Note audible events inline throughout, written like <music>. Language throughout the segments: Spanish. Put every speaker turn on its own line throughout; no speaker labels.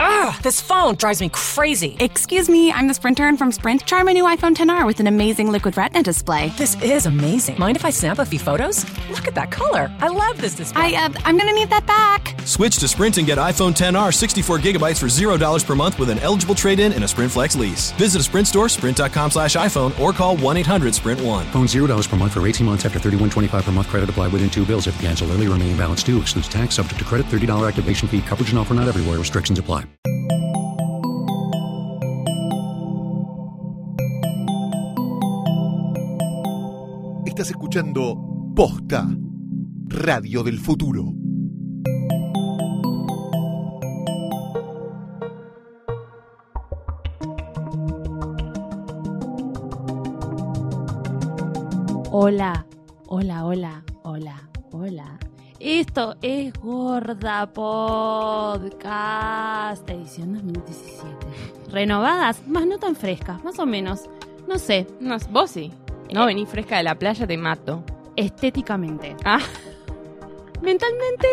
Ugh, Ah, this phone drives me crazy.
Excuse me, I'm the Sprint intern from Sprint. Try my new iPhone 10R with an amazing liquid retina display.
This is amazing. Mind if I snap a few photos? Look at that color. I love this display.
I, uh, I'm gonna need that back.
Switch to Sprint and get iPhone 10R 64 gigabytes for $0 per month with an eligible trade-in and a Sprint Flex lease. Visit a Sprint store, sprint.com slash iPhone, or call 1-800-SPRINT1.
Phone $0 per month for 18 months after 31.25 per month credit applied within two bills. If cancel early, remaining balance due. Excludes tax. Subject to credit. $30 activation fee. Coverage and offer not everywhere. Restrictions apply.
Estás escuchando Posta, Radio del Futuro.
Hola, hola, hola, hola, hola. Esto es Gorda Podcast, edición 2017. Renovadas, más no tan frescas, más o menos. No sé,
No, vos sí. Eh. No, vení fresca de la playa, te mato.
estéticamente.
Ah,
Mentalmente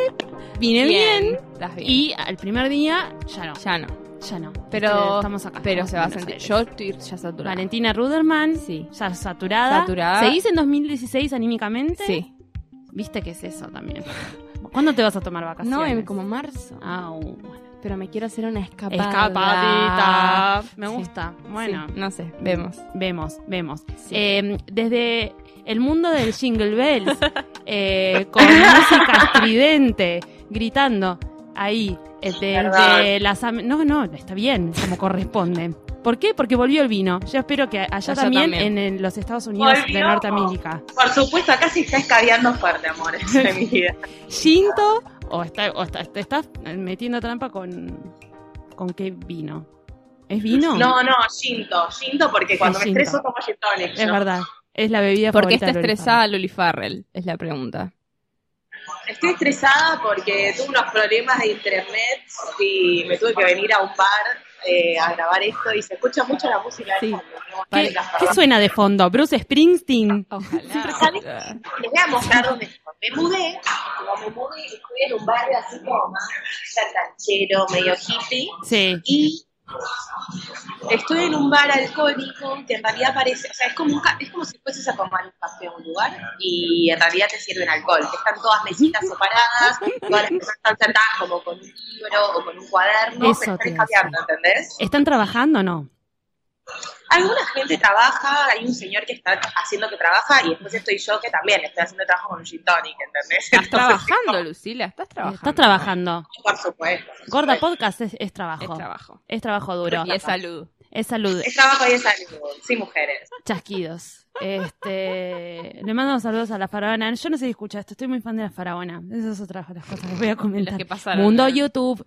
vine bien,
Estás bien.
y al primer día ya no,
ya no.
ya no. Este,
Pero,
estamos acá.
pero
estamos
se va a
en Buenos
sentir.
Aires.
Yo estoy ya saturada.
Valentina Ruderman,
Sí.
ya saturada.
Saturada.
¿Seguís en 2016 anímicamente?
Sí.
Viste que es eso también. ¿Cuándo te vas a tomar vacaciones?
No, en como marzo.
Ah, bueno.
Pero me quiero hacer una escapada.
Escapadita. Me
Sí.
gusta. Bueno,
Sí, no sé, vemos.
vemos, vemos.
Sí.
Eh, desde el mundo del Jingle
<laughs>
Bells, eh, con música estridente, gritando ahí, eh, de- de las... am- No, no, está bien, como corresponde. ¿Por qué? Porque volvió el vino. Yo espero que allá,
Allá
también,
también.
En, en los Estados Unidos de
Volvió.
Norteamérica.
Por supuesto, acá se está escabeando fuerte, amores,
<laughs>
de mi vida.
Shinto, o, está, o está- te estás metiendo trampa con... ¿Con qué vino? ¿Es vino?
No, no, Shinto, Shinto, porque cuando
Es
me
Shinto.
estreso tomo gin tonic.
Es
yo.
verdad. Es la bebida
¿Por qué
favorita
está
de Loli
estresada Luli Farrell? Es la pregunta.
Estoy estresada porque tuve unos problemas de internet y me tuve que venir a un bar eh, a grabar esto y se escucha mucho la música. de
Sí.
fondo, ¿no?
Farrell.
Vale,
¿Qué, qué suena de fondo? ¿Bruce Springsteen?
Ah, oh. Ojalá.
Les voy a mostrar dónde estoy. Me mudé, como me mudé, estuve en un barrio así como más cantanchero, medio hippie.
Sí.
y estoy en un bar alcohólico que en realidad parece, o sea, es como, un ca- es como si fueses a tomar un café a un lugar y en realidad te sirven alcohol. Están todas mesitas separadas, todas las personas están sentadas como con un libro o con un cuaderno,
Eso
pero
te
están cambiando, ¿entendés?
¿Están trabajando o no?
Alguna gente trabaja, hay un señor que está haciendo que trabaja y después estoy yo que también estoy haciendo trabajo con un gin tonic, ¿entendés?
Estás
Entonces,
<laughs> trabajando, Lucila, estás trabajando.
Estás trabajando.
Por supuesto. por
Gorda
supuesto.
Podcast es, es trabajo.
Es trabajo.
Es trabajo duro.
Y es salud.
Es salud.
Es trabajo y es salud, sí mujeres.
Chasquidos. Este, le mando saludos a la faraona. Yo no sé si escucha esto, estoy muy fan de la faraona. Esas son otras las cosas que voy a
Las
comentar.
que pasaron.
Mundo YouTube.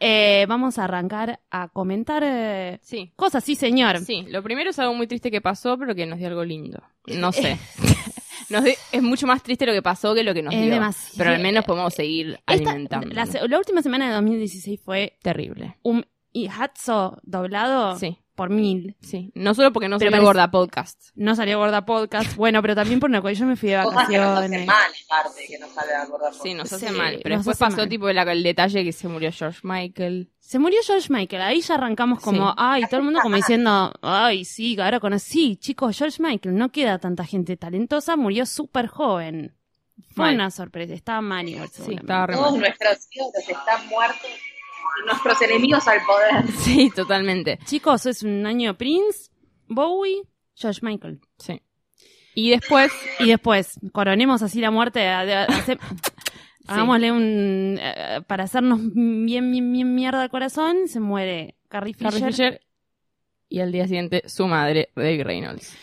Eh, vamos a arrancar a comentar eh,
Sí.
cosas, sí señor.
Sí, lo primero es algo muy triste que pasó, pero que nos dio algo lindo. No
<laughs>
sé. Nos di- es mucho más triste lo que pasó que lo que nos
Es
dio.
demasiado.
Pero al menos podemos seguir
Esta-
alimentando.
la, se- la última semana de 2016 fue
Terrible.
un Ihatso doblado
Sí,
por mil.
sí. No solo porque no
Oh. Pero
se me
parece-
gorda podcast.
No salió Gorda Podcast. Bueno, pero también por una cosa. Yo me fui de
Cosas que nos
vacaciones.
hacen mal, aparte, que nos sale a gorda.
Sí, nos
Sí,
hace mal. Pero
nos
después
hace
pasó
mal.
tipo el, el detalle que se murió George Michael.
Se murió George Michael, ahí ya arrancamos como,
Sí.
ay, todo el mundo como diciendo, ay, sí, ahora conocí, chicos, George Michael, no queda tanta gente talentosa, murió súper joven. Fue
Mal.
una sorpresa, estaba mal igual.
Sí,
seguramente.
estaba re
Oh.
Todos
mal.
nuestros ídolos están muertos y nuestros enemigos al poder.
<laughs> Sí, totalmente.
Chicos, es un año Prince, Bowie, George Michael.
Sí. Y después,
Y después, coronemos así la muerte, a- de- a-
<laughs>
hace- hagámosle un, eh, para hacernos bien, bien, bien mierda al corazón, se muere Carrie Fisher.
Carrie Fisher y al día siguiente su madre, Dave Reynolds.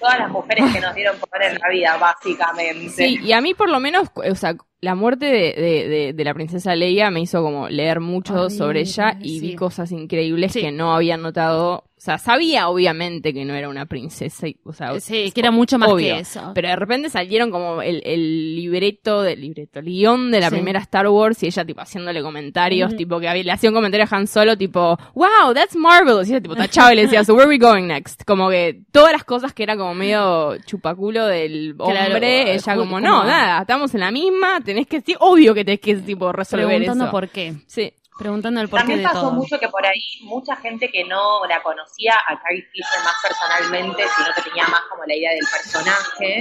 Todas las mujeres que nos dieron poder en la vida, básicamente.
Sí, y a mí por lo menos, eh, o sea, la muerte de, de- de- de la princesa Leia me hizo como leer mucho
Horrible,
sobre ella
sí.
y vi cosas increíbles
Sí.
que no había notado. O sea, sabía obviamente que no era una princesa, y- o sea,
Sí, que era mucho más
Obvio.
que eso.
pero de repente salieron como el, el libreto, del libreto, el guión de la
Sí.
primera Star Wars y ella tipo haciéndole comentarios,
Ujú.
tipo que había- le hacía un comentario a Han Solo tipo, wow, that's marvelous, y ella tipo tachaba y le decía, so where we going next? Como que todas las cosas que era como medio chupaculo del hombre,
Claro,
ella
ju-
como,
como-
no, nada, estamos en la misma, tenés que, sí, obvio que tenés que tipo resolver
preguntando
eso.
por qué.
Sí,
preguntando el porqué
También
de
pasó
todo.
mucho que por ahí mucha gente que no la conocía a Carrie Fisher más personalmente, sino que tenía más como la idea del personaje.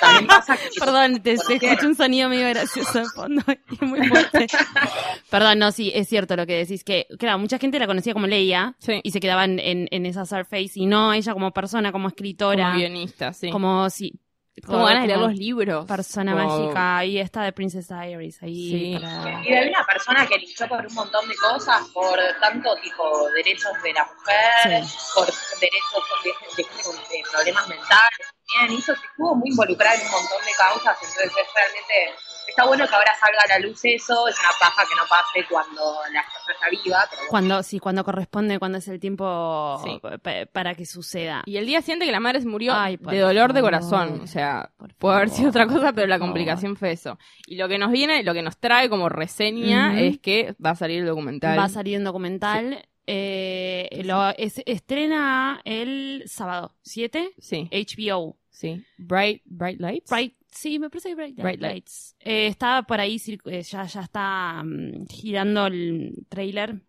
También pasa que
<laughs> Perdón, te se
¿Por qué?
escucha un sonido medio gracioso de fondo <laughs> y muy fuerte.
<laughs>
Perdón, no, sí, es cierto lo que decís, que claro, mucha gente la conocía como Leia
Sí.
y se quedaban en, en esa surface y no ella como persona, como escritora,
Como
como,
guionista, sí.
si...
Como ganas de leer
como
los libros.
Persona
Como-
mágica y esta de Princess Diaries ahí.
Sí.
para-
Y de una persona que luchó por un montón de cosas, por tanto tipo derechos de la mujer, por derechos de, de gente con eh, problemas mentales, también hizo, estuvo muy involucrada en un montón de causas, entonces es realmente, está bueno que ahora salga a la luz eso, es una paja que no pase cuando la persona está viva, pero bueno.
Cuando, sí, cuando corresponde, cuando es el tiempo
Sí.
pa- para que suceda.
Y el día siguiente que la madre se murió
Ay, por
de dolor de
favor.
corazón. O sea,
Por
puede haber
favor,
sido otra cosa, pero la
por
complicación fue eso. Y lo que nos viene, lo que nos trae como reseña
Ujú.
es que va a salir el documental.
Va a salir en documental. Eh, lo, es- estrena el sábado 7,
Sí,
HBO.
sí. Bright, bright Lights.
Bright, sí, me parece que Bright, Light-
Bright
Lights. Eh, está por ahí, cir- eh, ya, ya está mm, girando el trailer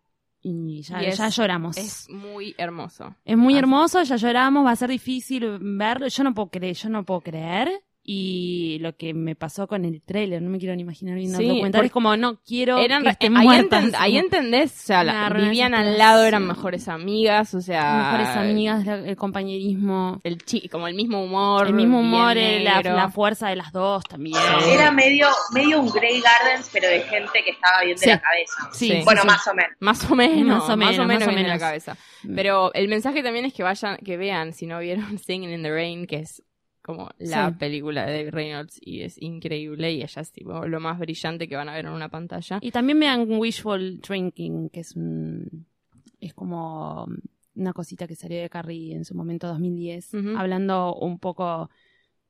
y ya,
Y es-
ya lloramos.
Es muy hermoso.
Es muy
Así.
hermoso, ya lloramos, va a ser difícil verlo. Yo no puedo creer, yo no puedo creer. Y lo que me pasó con el tráiler, no me quiero ni imaginar viendo
Sí,
el documental.
porque
Es como, no quiero
Eran,
que
re-
estén
ahí,
muertas.
enten- ahí entendés, o sea,
Una
la,
re
vivían al
desesperación.
lado, eran mejores amigas, o sea.
Mejores amigas, la- el compañerismo,
El chi- como el mismo humor.
el mismo
bien
humor, el- la,
negro.
la fuerza de las dos también.
Sí.
Era medio, medio un Grey Gardens, pero de gente que estaba bien de
Sí.
la cabeza.
Sí,
sí,
bueno,
sí.
más o menos.
Más o menos,
Más o menos, más o
viene
menos.
la cabeza.
Mm.
Pero el mensaje también es que vayan, que vean, si no vieron <laughs> Singing in the Rain, que es como la
Sí.
película de Debbie Reynolds y es increíble y ella es tipo lo más brillante que van a ver en una pantalla.
Y también me dan Wishful Drinking, que es un- es como una cosita que salió de Carrie en su momento 2010,
Ujú.
hablando un poco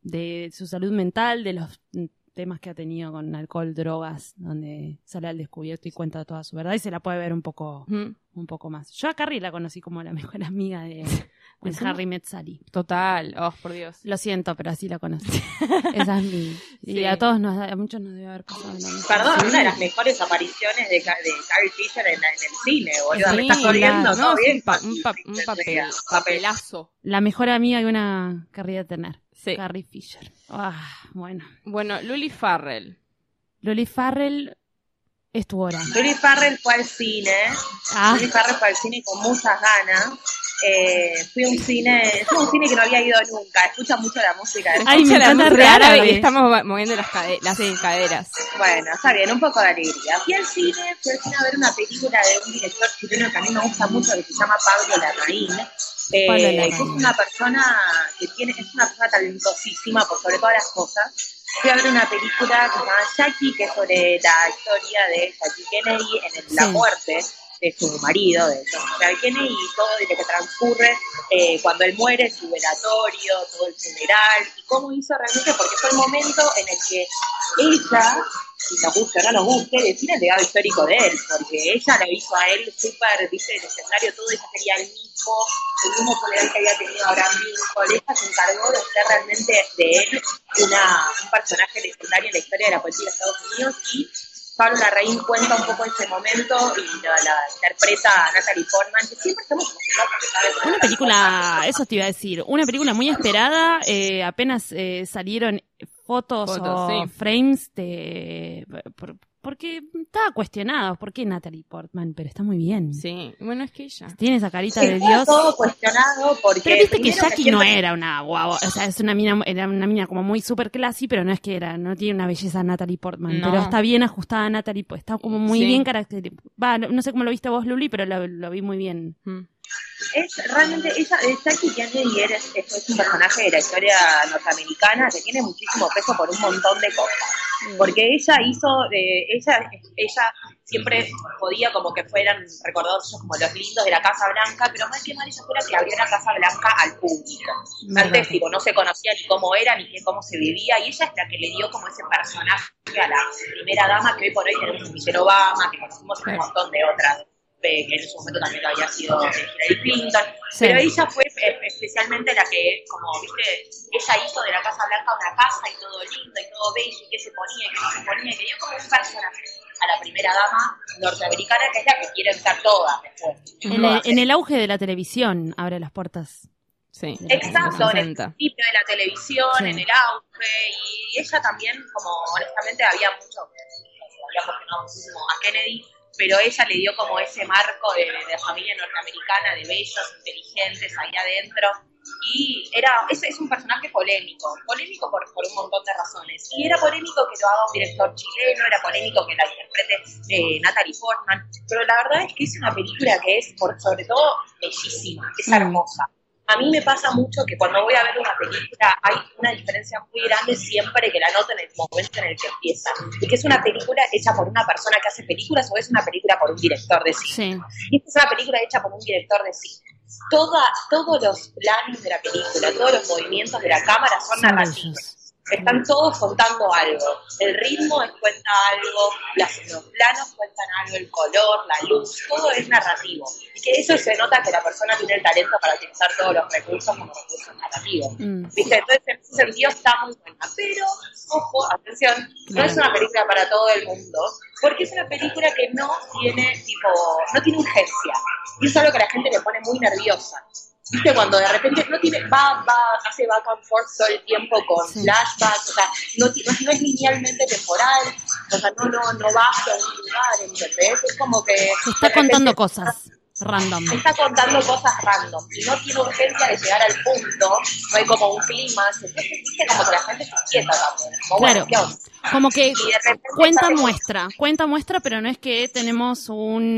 de su salud mental, de los mm, temas que ha tenido con alcohol, drogas, donde sale al descubierto y cuenta toda su verdad y se la puede ver un poco
Ujú.
un poco más. Yo a Carrie la conocí como la mejor <laughs> amiga de, de
Ujú.
Harry Met Sally.
Total, oh por Dios.
Lo siento, pero así la <laughs> conocí. Esa es mi. Y
Sí.
a todos nos, a muchos nos debe haber pasado. lo mismo.
Perdón, una de las mejores apariciones de, Ca- de Carrie Fisher en, la- en el cine, boludo.
Sí,
me estás
la-
jodiendo,
no,
¿todo
sí,
bien?
un, pa- un pa- un papel, papelazo.
La mejor amiga que una querría tener.
Sí.
Carrie Fisher. Ah, bueno.
Bueno, Lily Farrell.
Loli Farrell es tu hora.
Julie Farrell fue al cine,
Ah,
Julie Farrell fue al cine con muchas ganas. Eh, fui a un cine, fue un cine que no había ido nunca, escucha mucho la música. de-
Ay, me
Escucha la
encanta
música
re árabe.
y estamos va- moviendo las, cade- las caderas.
Bueno, está bien, un poco de alegría. Fui al cine, fui al cine a ver una película de un director chileno que a mí me gusta mucho, que se llama Pablo Larraín. eh,
Pablo Larraín.
que es una persona que tiene, es una persona talentosísima por sobre todas las cosas. Fui a ver una película que se llama Jackie, que es sobre la historia de Jackie Kennedy en el- la
Sí.
muerte de su marido, de John F. Kennedy, y todo lo que transcurre eh, cuando él muere, su velatorio, todo el funeral, y cómo hizo realmente, porque fue el momento en el que ella, si nos gusta o no nos guste, define el legado histórico de él, porque ella le hizo a él súper, dice, el escenario, todo, ella quería el mismo, el mismo funeral que había tenido Abraham Lincoln, ella se encargó de hacer realmente de él una, un personaje legendario en la historia de la política de Estados Unidos, y Pablo Larraín cuenta un poco ese momento y la, la interpreta a Natalie Portman, que siempre estamos acostumbrados a que sabe-
una película, eso te iba a decir, una película muy esperada. eh, apenas eh, salieron fotos,
Fotos,
o
sí.
frames de. por- porque estaba cuestionado. ¿Por qué Natalie Portman? Pero está muy bien.
Sí, bueno, es que ella.
Tiene esa carita de
Está
Dios.
todo cuestionado porque...
Pero viste que
primero
Jackie
siempre-
no era una guau, o sea, es una mina, era una mina como muy super classy, pero no es que era, no tiene una belleza Natalie Portman,
No.
pero está bien ajustada a Natalie, pues, está como muy
Sí.
bien caracterizada. Va, no, no sé cómo lo viste vos, Luli, pero lo, lo vi muy bien.
Mm.
es realmente ella eh, Jackie Kennedy era- es, es un personaje de la historia norteamericana que tiene muchísimo peso por un montón de cosas porque ella hizo eh, ella ella siempre podía como que fueran recordados ellos como los lindos de la Casa Blanca pero más que nada ella fue la que abrió la Casa Blanca al público antes tipo no se conocía ni cómo era ni qué- cómo se vivía y ella es la que le dio como ese personaje a la primera dama que hoy por hoy tenemos a Michelle Obama que conocimos y un montón de otras eh, que en su momento también lo había sido eh, Hillary Clinton,
Sí.
pero ella fue eh, especialmente la que, como viste, ella hizo de la Casa Blanca una casa y todo lindo y todo bello y que se ponía y que no se ponía, y que dio como un personaje. a la primera dama norteamericana, que es la que quieren ser todas después.
En el,
Todas
en el auge de la televisión abre las puertas.
Sí. de los
Exacto, en el
60.
principio de la televisión,
Sí.
en el auge, y ella también, como honestamente había mucho, hablamos que no muchísimo a Kennedy, pero ella le dio como ese marco de, de familia norteamericana, de bellos, inteligentes, ahí adentro, y era, ese es un personaje polémico, polémico por, por un montón de razones, y era polémico que lo haga un director chileno, era polémico que la interprete eh, Natalie Portman, pero la verdad es que es una película que es, por, sobre todo, bellísima, es hermosa. A mí me pasa mucho que cuando voy a ver una película hay una diferencia muy grande siempre que la noto en el momento en el que empieza. Y que es una película hecha por una persona que hace películas o es una película por un director de cine.
Sí.
Y esta es una película hecha por un director de cine. Toda, todos los planos de la película, todos los movimientos de la cámara son
Son
narrativos. Están todos contando algo. El ritmo cuenta algo, las- los planos cuentan algo, el color, la luz, todo es narrativo. Y que eso se nota que la persona tiene el talento para utilizar todos los recursos como recursos narrativos.
Mm.
¿Viste? Entonces, en ese sentido está muy buena. Pero, ojo, atención, no es una película para todo el mundo, porque es una película que no tiene, tipo, no tiene urgencia. Y es algo que a la gente le pone muy nerviosa. ¿Viste? Cuando de repente no tiene, va, va, hace back and forth todo el tiempo con
Sí.
flashbacks, o sea, no, ti- no, no es linealmente temporal, o sea, no, no, no va hacia un lugar, ¿entendés? Es como que...
Se está contando cosas random.
Se está contando cosas random y no tiene urgencia de llegar al punto, no hay como un clima, entonces viste como que la gente se inquieta también, como,
Claro.
bueno, ¿qué onda?
Como que
Y de repente
cuenta
sale-
muestra, cuenta muestra, pero no es que tenemos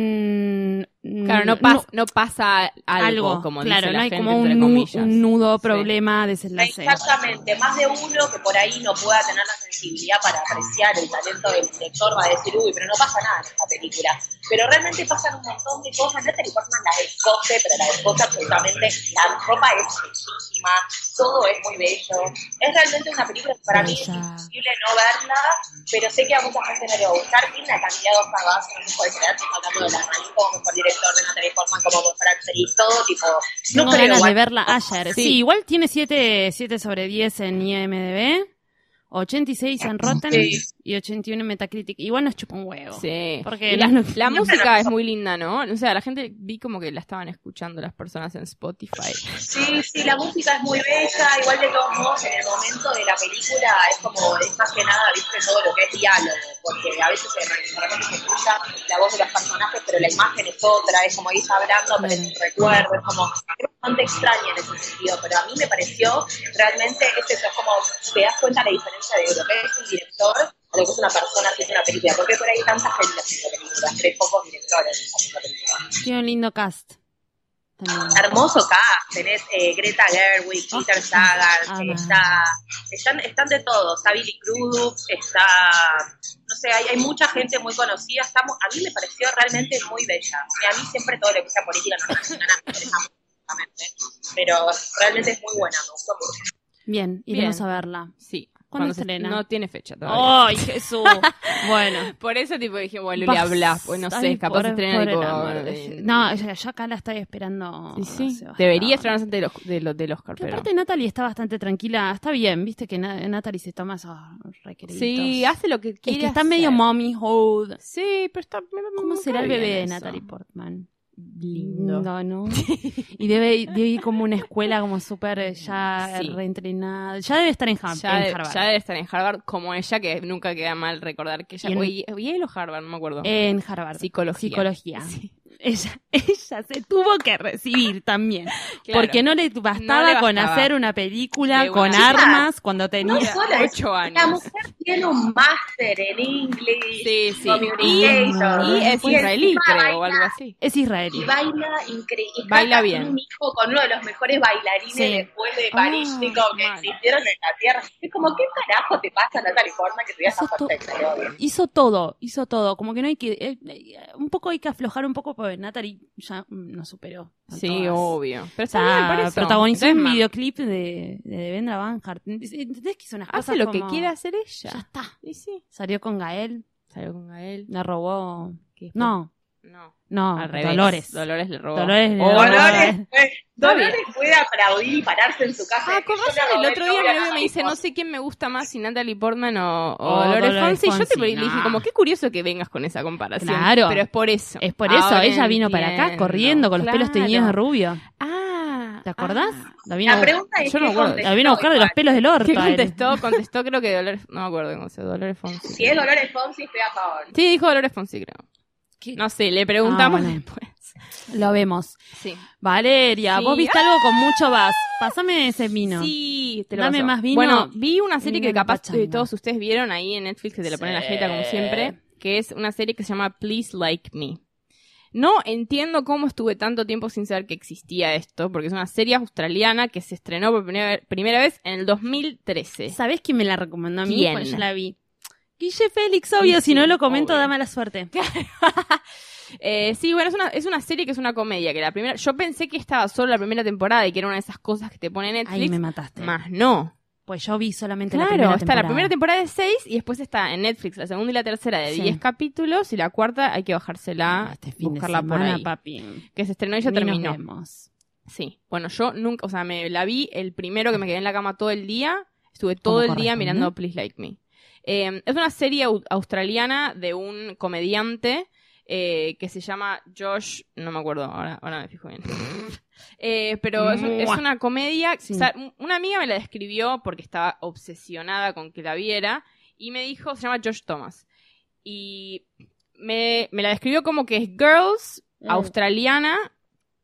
un...
Claro, no, pas- no pasa algo, como
Mm, claro,
dice
no
la
hay
gente,
como
entre
un, nu-
comillas.
un nudo
Sí.
problema desenlace.
Exactamente, más de uno que por ahí no pueda tener la sensibilidad para apreciar el talento del director va a decir, uy, pero no pasa nada en esta película. Pero realmente pasan un montón de cosas. Natalie Portman la descoce, pero la descoce absolutamente. La ropa es bellísima, todo es muy bello. Es realmente una película que para mí es
Bella.
imposible no verla, pero sé que a mucha gente no le va a gustar. Tiene una cantidad de Oscars, no se puede creer, estoy hablando de la raíz como mejor director de Natalie Portman, como mejor actriz, todo tipo.
No
creo,
ganas de
igual.
verla ayer. Sí,
Ah, Sí.
igual tiene 7, 7 sobre 10 en IMDb, 86 en Rotten
Sí.
y 81 en Metacritic. Igual nos chupa un huevo.
Ah, Sí.
Porque
Y la,
<laughs> no-
la música es muy linda, ¿no? O sea, la gente vi como que la estaban escuchando las personas en Spotify.
Sí, sí, la música es muy bella, igual de todos modos en el momento de la película es como, es más que nada, viste, todo lo que es diálogo, porque a veces se, de repente se escucha la voz de los personajes, pero la imagen es otra, es como ir hablando, pero es un recuerdo, es como, es bastante extraña en ese sentido, pero a mí me pareció realmente, es eso, es como, te das cuenta la diferencia de lo que es un director a lo que es una persona que hace una película, porque por ahí hay tantas gente haciendo películas, tres pocos directores haciendo películas
Tiene un lindo cast. También.
hermoso cast, tenés eh, Greta Gerwig, Peter
Ah,
Sagan,
ah.
está, están, están de todo, está Billy Crudup, está, no sé, hay, hay mucha gente muy conocida, estamos, a mí me pareció realmente muy bella, y a mí siempre todo lo que sea política no me funciona, me interesa mucho, honestamente. pero realmente es muy buena, me gustó mucho.
Bien, iremos a verla.
Sí.
¿Cuándo
se-
estrena?
No tiene fecha todavía.
¡Ay,
<laughs>
Jesús! bueno.
Por eso tipo dije, bueno, le
Vas-
hablas, pues no sé,
Ay,
capaz
por-
estrena
por
tipo, eh,
el amor de-
en-
No, ya, ya acá la estoy esperando.
Y sí,
Sebastián.
debería estrenarse antes de los, de los, del Oscar,
Que
pero...
aparte Natalie está bastante tranquila, está bien, viste que Na- Natalie se toma esos requeridos.
Sí, hace lo que
Es
quiere
que está
hacer.
medio mommy hood.
Sí, pero está...
¿Cómo será el bebé de Natalie Portman? Lindo, ¿no? <laughs> y debe, debe ir como una escuela como súper eh, ya
Sí.
reentrenada. Ya debe estar en, Ham-
Ya,
Ah, en
de-
Harvard.
ya debe estar en Harvard, como ella, que nunca queda mal recordar que ella...
Y en-
o Y o Yale o Harvard, no me acuerdo.
En Harvard.
Psicología.
Psicología.
Sí.
Ella, <laughs> ella se tuvo que recibir también.
Claro.
Porque no le bastaba, con
bastaba.
hacer una película
De una-
con
Chica,
armas cuando tenía...
No solo eso,
ocho
La
años.
mujer tiene un máster en inglés,
Sí, sí. Y,
communication,
y es
encima
israelí, creo, o
baila
algo así.
Es israelí.
Y baila increíble.
Baila bien.
Un hijo con uno de los mejores bailarines
Sí.
después de París,
Ah,
chico, que
mal.
existieron en la tierra. Es como, ¿qué carajo te pasa, Natalie Portman, que te veas
Eso
tan
to-
perfecta? ¿no?
hizo todo, hizo todo. Como que no hay que. eh, eh, un poco hay que aflojar un poco porque Natalie ya mm, nos superó. Están
Sí,
todas.
obvio. Pero está bien, por
Está,
eso.
protagonizó
Entonces,
un
ma-
videoclip de, de Devendra Banhart. ¿Entendés que hizo unas
Hace
cosas
lo que
como-
quiere hacer ella.
Ya está.
Y sí.
Salió con Gael,
Salió con Gael.
la robó.
que fue-
No,
No,
No,
al revés.
Dolores.
Dolores le robó.
Dolores le robó.
Dolores.
Dolores.
fue- Dolores puede aplaudir y pararse en su casa.
Ah,
Este,
con
Yo le
razón,
robé
el otro día
novia
mi
a
novio me dice,
Harry
no sé quién me gusta más, si Natalie Portman o, o
O
Dolores,
Oh, Dolores
Fonsi. Yo te
Fonsi,
le dije,
no.
como qué curioso que vengas con esa comparación.
Claro.
Pero es por eso.
Es por eso,
Ahora
ella vino para acá
entiendo.
corriendo con los pelos
Claro.
teñidos de rubio.
Ah.
¿Te acordás?
ah.
La
Potter.
vino, a
La
bu-
pregunta es
yo no
qué
me acuerdo.
contestó
la vino a buscar de los
igual.
pelos del orto.
¿Qué
a él.
contestó? Contestó creo que Dolores... No me acuerdo cómo se Dolores Fonsi.
Si es Dolores Fonsi, estoy a favor.
Sí, dijo Dolores Fonsi, creo. No sé, le preguntamos
Ah, bueno.
después.
Lo vemos.
Sí.
Valeria,
Sí.
vos viste algo con mucho vas. Pásame ese vino.
Sí, te lo
Dame
paso.
más vino.
Bueno, vi una serie
Vino
que
en
capaz
pachanga.
eh, todos ustedes vieron ahí en Netflix, que te la ponen en la jeta como siempre, que es una serie que se llama Please Like Me. No entiendo cómo estuve tanto tiempo sin saber que existía esto, porque es una serie australiana que se estrenó por primera, primera vez en el 2013.
¿Sabés quién me la recomendó a mí?
¿Quién?
Pues yo la vi. Guille Félix, obvio, si no lo comento,
obvio.
da mala suerte.
<laughs> Eh, sí, bueno, es una, es una serie que es una comedia, que la primera, yo pensé que estaba solo la primera temporada y que era una de esas cosas que te pone
Ahí me
Netflix,
mataste.
más no.
Pues yo vi solamente la
Claro,
primera
está
temporada.
la primera temporada de 6 y después está en Netflix la segunda y la tercera de
Sí.
10 capítulos y la cuarta hay que bajársela,
Este fin de
buscarla
semana,
por ahí.
papi.
Que se estrenó y ya
Ni nos
terminó.
vemos.
Sí. Bueno, yo nunca, o sea, me la vi el primero que me quedé en la cama todo el día. Estuve todo el día
corresponde.
mirando Please Like Me. Eh, es una serie au- australiana de un comediante eh, que se llama Josh, no me acuerdo, ahora, ahora me fijo bien. <laughs> Eh, pero es, un- es
Mua.
una comedia,
Sí.
o sea, un- una amiga me la describió porque estaba obsesionada con que la viera y me dijo, se llama Josh Thomas. Y me, me la describió como que es Girls,
Mm.
australiana,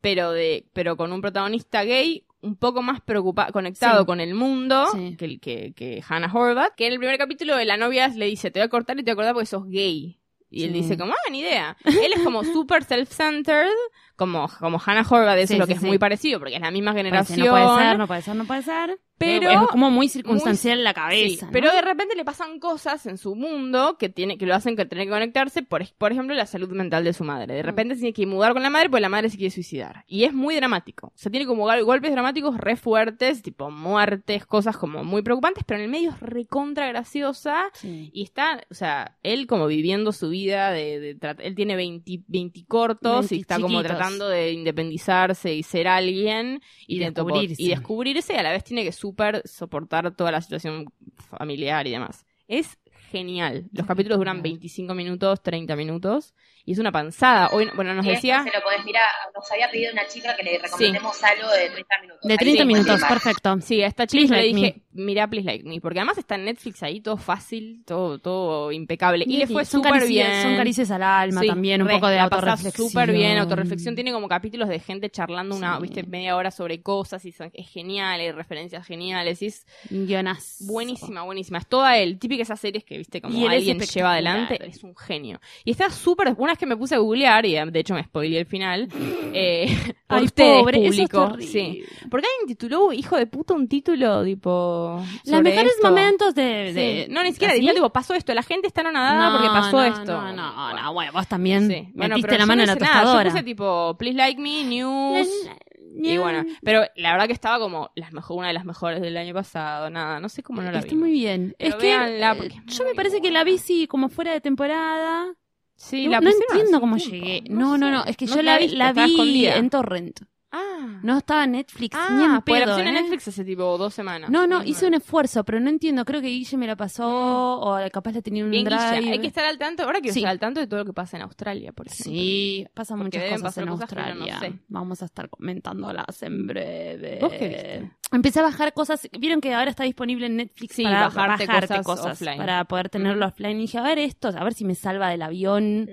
pero de pero con un protagonista gay un poco más preocupado, conectado
Sí.
con el mundo
Sí.
que, el- que, que Hannah Horvath, que en el primer capítulo de la novia le dice, te voy a cortar y te voy a cortar porque sos gay. Y él
Sí.
dice, como, ah, ni idea. Él es como super self-centered, como, como Hannah Horvath,
<laughs>
eso
Sí,
es lo
sí,
que es
sí.
muy parecido, porque es la misma
Parece,
generación.
no puede ser, no puede ser, no puede ser.
Pero-
Es como muy circunstancial la
Sí,
cabeza. ¿no?
Pero de repente le pasan cosas en su mundo que tiene que lo hacen que tener que conectarse, por, ej- por ejemplo, la salud mental de su madre.
Mm.
De repente se tiene que mudar con la madre porque la madre se quiere suicidar. Y es muy dramático. O sea, tiene como gol- golpes dramáticos re fuertes, tipo muertes, cosas como muy preocupantes, pero en el medio es recontra graciosa.
Sí.
Y está, o sea, él como viviendo su vida de, de tra- él tiene 20, 20 cortos
20
y está como
chiquitos.
tratando de independizarse y ser alguien y,
Y
de topo-
descubrirse.
y descubrirse y a la vez tiene que súper soportar toda la situación familiar y demás. Es genial. Los capítulos duran 25 minutos, 30 minutos y es una panzada. Hoy, bueno, nos
Y esto
decía
Se lo podés mirar. Nos había pedido una chica que le recomendemos algo de 30 minutos.
De
Ahí
30
se puede
minutos,
mirar.
perfecto.
Sí, a esta chica yo
Please
le
Like
dije, mira, please like me, porque además está en Netflix ahí todo fácil, todo todo impecable y, le fue
son
súper
caricias-
bien.
Son caricias al alma
Sí,
también, un
re,
poco de
la
autorreflexión.
súper bien, autorreflexión. Tiene como capítulos de gente charlando una,
Sí.
viste, media hora sobre cosas y son- es genial, hay referencias geniales. Y es
Guionas.
buenísima, buenísima. Es toda él, típica esas series que, viste,
Y
como
él es
alguien lleva
espectacular.
adelante. Es un genio. Y está súper, una vez que me puse a googlear, y eh, de hecho me spoileé el final,
<laughs>
eh, por
Ay,
ustedes,
pobre, eso es
público.
terrible.
sí. Porque alguien tituló, hijo de puta, un título tipo...
Los
sobre
mejores
esto.
momentos de...
Sí.
de-
No, ni siquiera,
¿así?
dijeron, tipo, pasó esto, la gente está anonadada porque pasó
no,
esto.
No, no, no,
Bueno.
no, bueno, vos también
Sí. Bueno,
metiste
pero
la
yo
mano en
no
la
hice nada,
tostadora.
Yo puse tipo, please like me, news. Y bueno, pero la verdad que estaba como las mejor, una de las mejores del año pasado, nada, no sé cómo no la
Está
vimos.
muy bien.
Pero
es que
véanla,
eh,
porque es
yo
muy
me parece que
buena.
la vi sí, como fuera de temporada.
Sí,
no
la
no
pusieron hace
entiendo cómo
un tiempo,
llegué. No, no,
sé.
no, es que
No
yo la, vi-
viste,
la
estaba
vi
escondida.
en Torrent.
Ah,
No estaba en Netflix ni en
ah pues la
pedo,
pusieron en
¿eh?
Netflix hace tipo dos semanas.
No, no,
Muy
hice un
bueno.
esfuerzo, pero no entiendo. Creo que Guille me la pasó o capaz la tenía en un
Bien, Guilla,
drive.
Mm. hay que estar al tanto, ahora que
Sí.
estar al tanto de todo lo que pasa en Australia, por ejemplo.
Sí, pasan
Porque
muchas
deben
cosas
pasar
en
cosas que yo no
Australia.
sé.
Vamos a estar comentándolas en breve.
¿Vos qué viste?
Empecé a bajar cosas. Vieron que ahora está disponible en Netflix
Sí,
para
bajarte
bajarte,
cosas
cosas,
offline. Mm.
para poder tenerlo offline. Y dije, a ver esto, a ver si me salva del avión.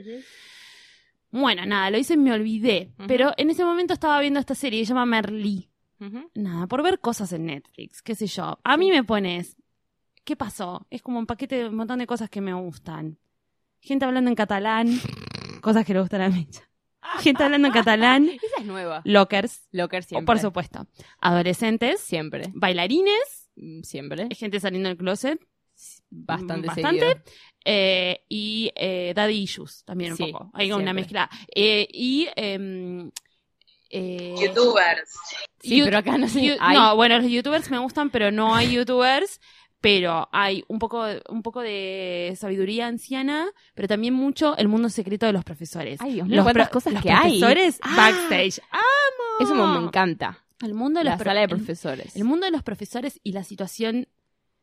Bueno, nada, lo hice y me olvidé.
Ujú.
Pero en ese momento estaba viendo esta serie, se llama Merlí.
Ujú.
Nada, por ver cosas en Netflix, qué sé yo. A mí me pones, ¿qué pasó? Es como un paquete de un montón de cosas que me gustan. Gente hablando en
<laughs>
catalán, cosas que le gustan a mí. Gente hablando en catalán,
<laughs> Esa es nueva.
lockers,
Locker
o
siempre.
por supuesto. Adolescentes,
Siempre.
bailarines,
Mm, Siempre.
gente saliendo del closet,
Bastante
Bastante.
seguido.
eh, y eh, daddy issues también un
Sí,
poco. Hay
siempre.
una mezcla. Eh, y... em, eh,
Youtubers.
Sí, pero acá no sé.
You-
Ay,
No, bueno, los youtubers me gustan, pero no hay youtubers. pero hay un poco, un poco de sabiduría anciana, pero también mucho el mundo secreto de los profesores.
Ay, Dios mío, cuántas
pro-
cosas
los
que hay.
profesores
Ah.
backstage. ¡Amo!
Eso me, me encanta.
El mundo de los
La
pro-
sala de
el-
profesores.
el mundo de los profesores y la situación.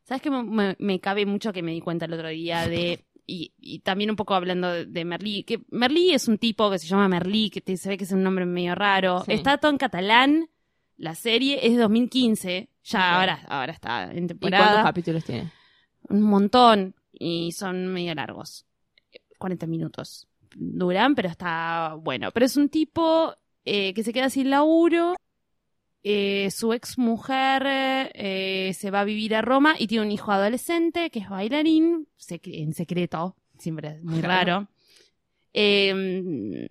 ¿Sabes que me, me- me cabe mucho que me di cuenta el otro día de. Y, y también un poco hablando de, de Merlí, que Merlí es un tipo que se llama Merlí, que te- se ve que es un nombre medio raro.
Sí.
Está todo en catalán. La serie es de 2015. Ya
Ok.
ahora, ahora está en
¿Y cuántos
temporada.
capítulos tiene?
Un montón. Y son medio largos. 40 minutos. Duran, pero está bueno. Pero es un tipo eh, que se queda sin laburo. eh, su ex mujer eh, se va a vivir a Roma y tiene un hijo adolescente que es bailarín, sec- en secreto, siempre es muy
Claro.
raro. Eh,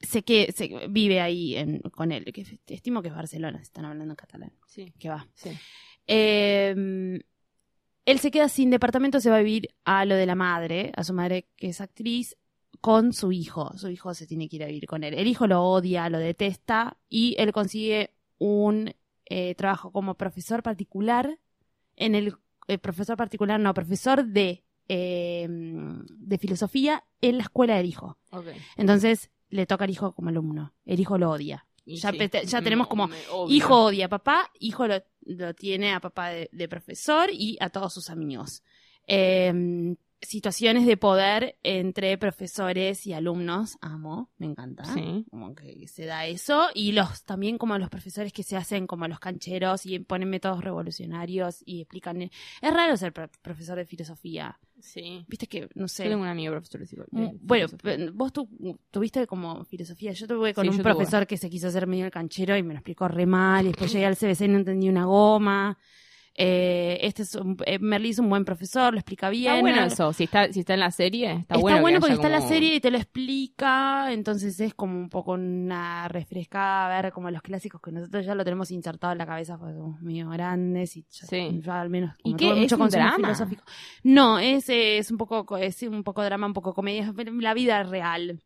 sé que se vive ahí en- con él, que estimo que es Barcelona, si están hablando en catalán,
Sí.
que va.
Sí.
Eh, él se queda sin departamento, se va a vivir a lo de la madre, a su madre que es actriz, con su hijo. Su hijo se tiene que ir a vivir con él. El hijo lo odia, lo detesta y él consigue un eh, trabajo como profesor particular en el eh, profesor particular, no, profesor de, eh, de filosofía en la escuela del hijo. Entonces le toca al hijo como alumno. El hijo lo odia. Ya pete- ya tenemos como Hijo odia a papá, hijo lo, lo tiene a papá de, de profesor y a todos sus amigos. Eh, situaciones de poder entre profesores y alumnos, amo, me encanta.
Sí.
Como que se da eso. Y los también como los profesores que se hacen como los cancheros y ponen métodos revolucionarios y explican. Es raro ser pro- profesor de filosofía.
Sí.
Viste que, no sé.
Yo tengo un amigo profesor de psico-
Mm,
de
Bueno,
eh, filosofía.
pe- vos tu- tuviste como filosofía. Yo tuve con
Sí,
un
yo tuve.
profesor que se quiso hacer medio el canchero y me lo explicó re mal. Y después llegué al CBC y no entendí una goma. Eh, este es un, eh, Merlí es un buen profesor, lo explica bien. Ah,
Está bueno eso. Si está, si está en la serie, está,
Está
bueno.
bueno,
que
porque
haya
está la
como-
serie y te lo explica, entonces es como un poco una refrescada, a ver como los clásicos que nosotros ya lo tenemos insertado en la cabeza porque somos medio grandes y ya,
Sí.
yo al menos
¿Y
como
qué?
tuve
¿Es un
consumo
drama?
No, es, eh, es un poco co- es un poco drama, un poco comedia, es la vida real.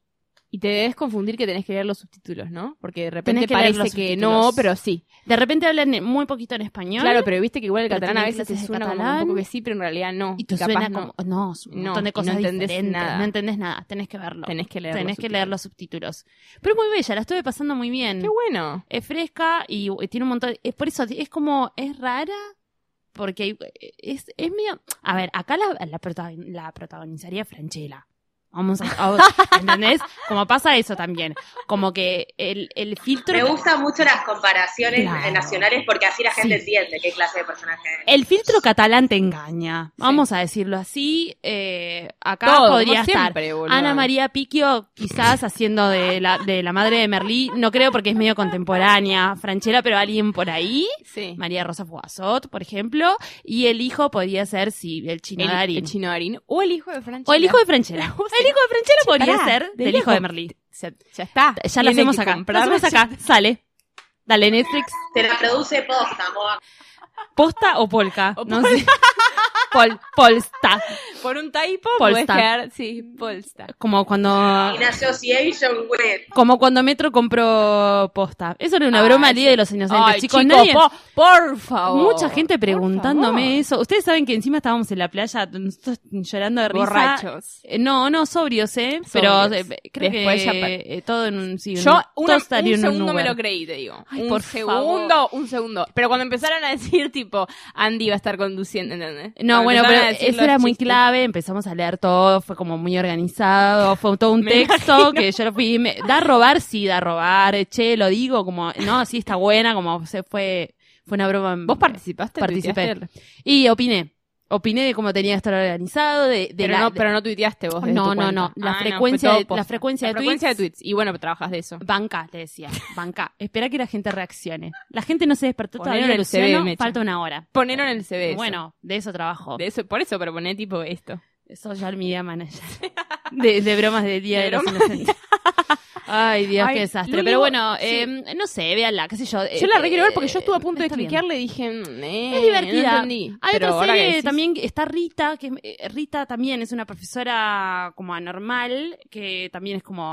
Y te debes confundir que tenés que leer los subtítulos, ¿no? Porque de repente
Tenés que leer
parece
los
que
subtítulos.
no, pero sí.
De repente hablan en- muy poquito en español.
Claro, pero viste que igual el
Pero
catalán a
tiene
veces te
clases de
suena como un
catalán.
poco que sí, pero en realidad no.
y te
Capaz
suena
no.
como no, es un
No,
montón
y
de
no
cosas
entendés
diferentes,
nada.
no entendés nada, tenés que verlo.
Tenés que leer
Tenés
los
que leer los subtítulos. Pero es muy bella, la estuve pasando muy bien.
subtítulos. Qué bueno.
es fresca y y tiene un montón es por eso es como es rara porque hay- es es medio a ver acá la la, prota- la protagonizaría Franchella vamos a,
<laughs>
a- ¿entendés? como pasa eso también como que el, el filtro
Me gustan mucho las comparaciones
Claro.
nacionales porque así la gente
Sí.
entiende qué clase de personaje es.
el filtro catalán te engaña vamos a decirlo así eh, acá
Todo, como
podría estar
siempre, boludo.
Ana María Picchio, quizás haciendo de la, de la madre de Merlí, no creo porque es medio contemporánea, Franchella, pero alguien por ahí.
Sí.
María Rosa Fuazot, por ejemplo, y el hijo podría ser, sí, el chino
El,
Darín.
el chino Darín. O el hijo de Franchella.
o el hijo de Franchella. <laughs> El hijo de Franchella podría
pará,
ser
del
del hijo de
hijo.
Merlí.
Ya, ya está.
Ya lo
Tiene
hacemos
que
acá. Lo
comprar-
hacemos acá. Sale. Dale, Netflix.
Te la produce posta, Moa.
¿Posta o polka?
O
no sé. <laughs> Pol, polsta.
Por un typo puedes
Polestar.
quedar, sí, Polestar.
Como cuando.
In Association with.
Como cuando Metro compró posta. Eso era una
Ah,
broma
ese-
al Día de los Inocentes.
Ay,
chicos,
chicos,
nadie.
po- por favor.
Mucha gente
Por
preguntándome
favor.
eso. Ustedes saben que encima estábamos en la playa nosotros llorando de risa.
Borrachos.
Eh, No, no, sobrios, ¿eh? Pero
Sobrios.
eh, creo
Después
que
ya pa-
eh, todo en un... Sí, un-
Yo
todo
una- un
estaría en
segundo me
Uber.
lo creí, te digo.
Ay,
un
por
segundo, un segundo. Pero cuando empezaron a decir, tipo, Andy va a estar conduciendo, ¿entendés?
No,
Cuando
bueno,
empezaron
pero
a decir
eso
los
era muy
chistes.
clave, empezamos a leer todo, fue como muy organizado, fue todo un
<laughs> Me
texto
imagino.
que yo lo fui... me- da a robar, sí, da a robar, eh, che, lo digo, como, no, sí, está buena, como se fue... Fue una broma...
¿Vos participaste?
Participé.
¿Tuiteaste?
Y opiné, opiné de cómo tenía que estar organizado, de, de
Pero,
la...
no,
de-
pero no tuiteaste vos. desde
No, no,
tu cuenta.
no. La
Ah, fue
frecuencia
todo
de- la
post.
frecuencia de
frecuencia
tweets.
Y bueno, pero trabajas de eso.
Banca, le decía. Banca. Espera que la gente reaccione. La gente no se despertó
Poneron
todavía,
el
Luciano,
CV, Mecha.
falta una hora.
Poneron el CV. eso.
Bueno, de eso trabajo.
De eso, por eso, pero poné tipo esto.
Social Media
<laughs>
Manager. De, de bromas de Día
De
de, los
bromas.
Inocentes. Ay, Dios,
Ay,
qué
lo
desastre.
único-
Pero bueno,
sí.
eh, no sé, véanla, qué sé yo. eh,
Yo la re quiero ver
eh,
porque yo estuve a punto de
está bien.
cliquearle y dije, mm, eh,
Es divertida.
No entendí.
Hay
Pero
otra
ahora que
serie
decís-
también, que está Rita, que es- eh, Rita también es una profesora como anormal, que también es como,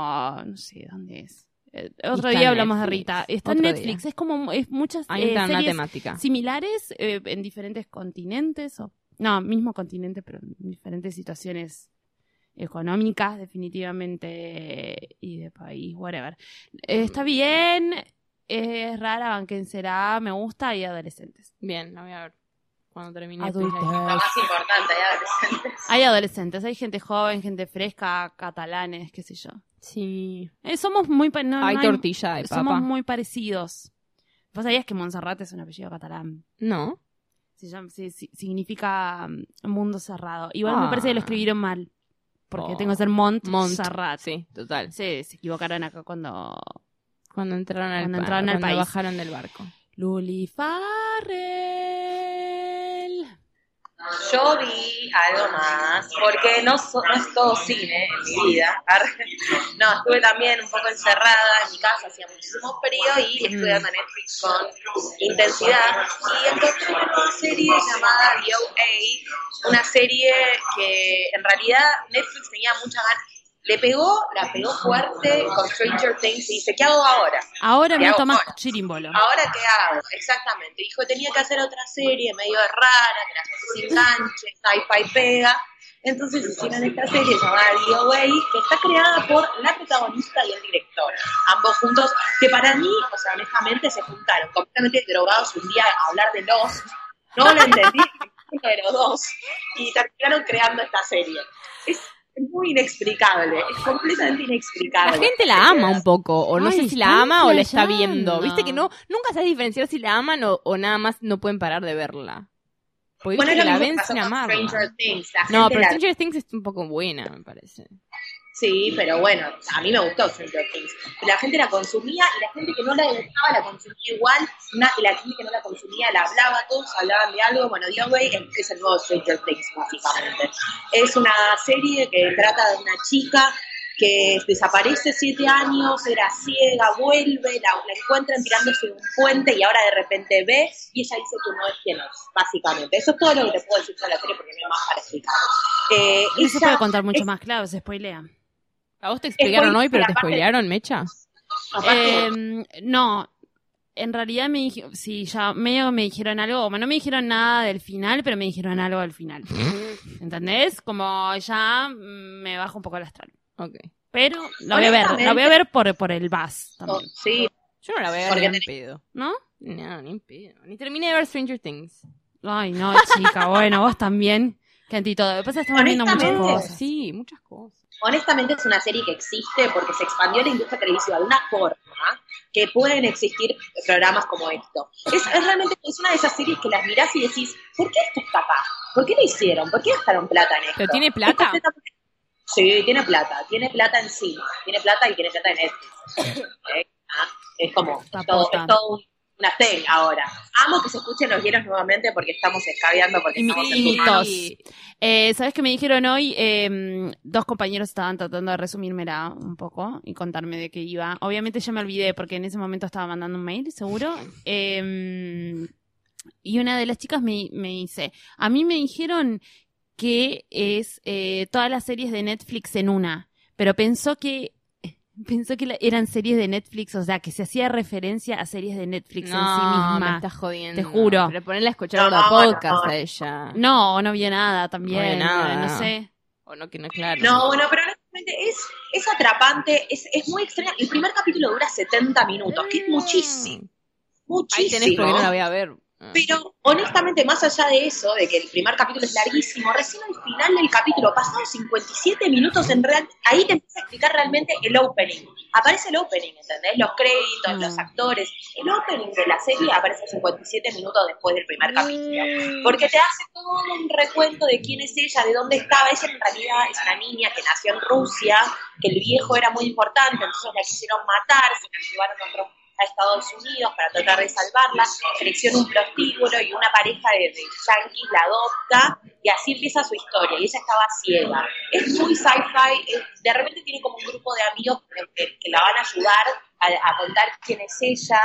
no sé, ¿dónde es? Eh, otro
está
día
en
hablamos de
Netflix.
Rita. Está en
Otro
Netflix, es como es muchas
Ahí
eh,
está una
series
temática.
similares eh, en diferentes continentes. O, no, mismo continente, pero en diferentes situaciones económicas, definitivamente, y de país, whatever. Eh, está
Mm.
bien, es rara, banquencerá, me gusta, y adolescentes.
Bien, la voy a ver. Cuando termine.
Lo más importante, ya. <laughs>
Hay adolescentes, hay gente joven, gente fresca, catalanes, qué sé yo.
Sí.
Eh, somos muy... pa- no,
hay
no
tortilla de
Somos
papa.
muy parecidos. ¿Vos sabías que Montserrat es un apellido catalán?
No.
Se llama- se- si- significa mm, mundo cerrado. Igual me
Ah.
parece que lo escribieron mal. Porque
Oh.
tengo que ser Mont,
Mont.
Serrat.
Sí, total.
Se, se equivocaron acá cuando...
Cuando entraron al,
Cuando
pa-
entraron al
cuando
país.
bajaron del barco.
Luli Farrell.
Yo vi algo más, porque no, so- no es todo cine en mi vida. <laughs> Arre. No, estuve también un poco encerrada en mi casa, hacía muchísimo frío y estudiando Netflix con intensidad. Y encontré una nueva serie llamada DOA, una serie que en realidad Netflix tenía muchas ganas. Le pegó, la pegó fuerte con Stranger Things y dice, ¿qué hago ahora?
Ahora
¿Qué
me
hago
tomas
ahora?
chirimbolo.
¿Ahora qué hago? Exactamente. Dijo, tenía que hacer otra serie medio rara, que la gente se enganche, sci-fi pega. Entonces hicieron esta serie llamada The Way, que está creada por la protagonista y el director. Ambos juntos, que para mí, o sea, honestamente, se juntaron completamente drogados un día a hablar de los. No lo entendí, <laughs> ninguno de los dos. Y terminaron creando esta serie. Es muy inexplicable, es completamente inexplicable.
La gente la ama un poco, o no
Ay,
sé si la
están
ama o la está
flasheando.
viendo. Viste que no, nunca sabes diferenciar si la aman o, o nada más no pueden parar de verla. Porque viste
Bueno, es lo
que la
mismo que
ven
pasó
sin
con
amarla.
Stranger Things. La
No,
gente
pero
la-
Stranger Things es un poco buena, me parece.
Sí, pero bueno, a mí me gustó Stranger Things. La gente la consumía y la gente que no la gustaba la consumía igual. Na- y la gente que no la consumía la hablaba, todos hablaban de algo. Bueno, The Way es el nuevo Stranger Things, básicamente. Es una serie que trata de una chica que desaparece siete años, era ciega, vuelve, la, la encuentran tirándose de un puente y ahora de repente ve y ella dice que no es quien es, básicamente. Eso es todo lo que te puedo decir sobre la serie porque no hay más para explicar. Eh,
No se
ella-
puede contar mucho más, claro, se spoilea.
A vos te explicaron
Spoil-
hoy, pero te
pero aparte-
spoilearon, Mecha.
aparte-
Eh, no, en realidad me dijeron, sí, ya medio me dijeron algo, bueno, no me dijeron nada del final, pero me dijeron algo al final.
¿Mm?
¿Entendés? Como ya mm, me bajo un poco el astral.
Ok.
Pero la voy a ver, la voy a ver por, por el buzz
Oh,
también,
sí,
Yo no la voy a ver
Porque
ni en
tenés-
pedo.
¿no?
No, ni en pedo. Ni terminé de ver Stranger Things.
Oh.
Ay, no, chica, bueno, vos también, que anti todo. Después estamos viendo muchas
Honestamente,
cosas.
Sí, muchas cosas.
honestamente es una serie que existe porque se expandió la industria televisiva de una forma que pueden existir programas como esto. Es, es realmente es una de esas series que las mirás y decís, ¿por qué esto está acá? ¿Por qué lo hicieron? ¿Por qué gastaron plata en esto?
¿Pero tiene plata?
Esta teta- Sí, tiene plata, tiene plata encima, tiene plata y tiene plata en Netflix.
<laughs>
¿Eh? Ah, Es como,
Esta
es todo,
puta.
es todo un- una thing ahora. Amo que se escuchen los hielos nuevamente porque estamos escabeando, porque
Y mi-
estamos
y
en
mitos. Eh, ¿Sabes qué me dijeron hoy? Eh, dos compañeros estaban tratando de resumírmela un poco y contarme de qué iba. Obviamente yo me olvidé porque en ese momento estaba mandando un mail, seguro. Eh, y una de las chicas me, me dice, a mí me dijeron que es eh, todas las series de Netflix en una, pero pensó que... <laughs> Pensó que la- eran series de Netflix, o sea, que se hacía referencia a series de Netflix en sí
No,
misma.
me estás jodiendo.
Te juro.
Pero ponerla a escuchar
No,
la
no,
podcast
no.
a ella.
No, no vio nada también.
No vio nada.
No sé.
O no, que no, claro.
No, bueno, pero honestamente es, es atrapante, es, es muy extraña. El primer capítulo dura 70 minutos, que es muchísimo,
Ahí tenés porque no la
muchísimo.
voy a ver. Ah.
Pero honestamente, más allá de eso, de que el primer capítulo es larguísimo, recién al final del capítulo, pasados 57 minutos, en real, ahí te empieza a explicar realmente el opening. Aparece el opening, ¿entendés? Los créditos, los actores. El opening de la serie aparece 57 minutos después del primer capítulo. Porque te hace todo un recuento de quién es ella, de dónde estaba. Ella en realidad es una niña que nació en Rusia, que el viejo era muy importante, entonces la quisieron matar, se la llevaron a, otro- a Estados Unidos para tratar de salvarla, selecciona un prostíbulo y una pareja de, de yanquis la adopta, y así empieza su historia, y ella estaba ciega. Es muy sci-fi, es- de repente tiene como un grupo de amigos que, que- que la van a ayudar a, a contar quién es ella,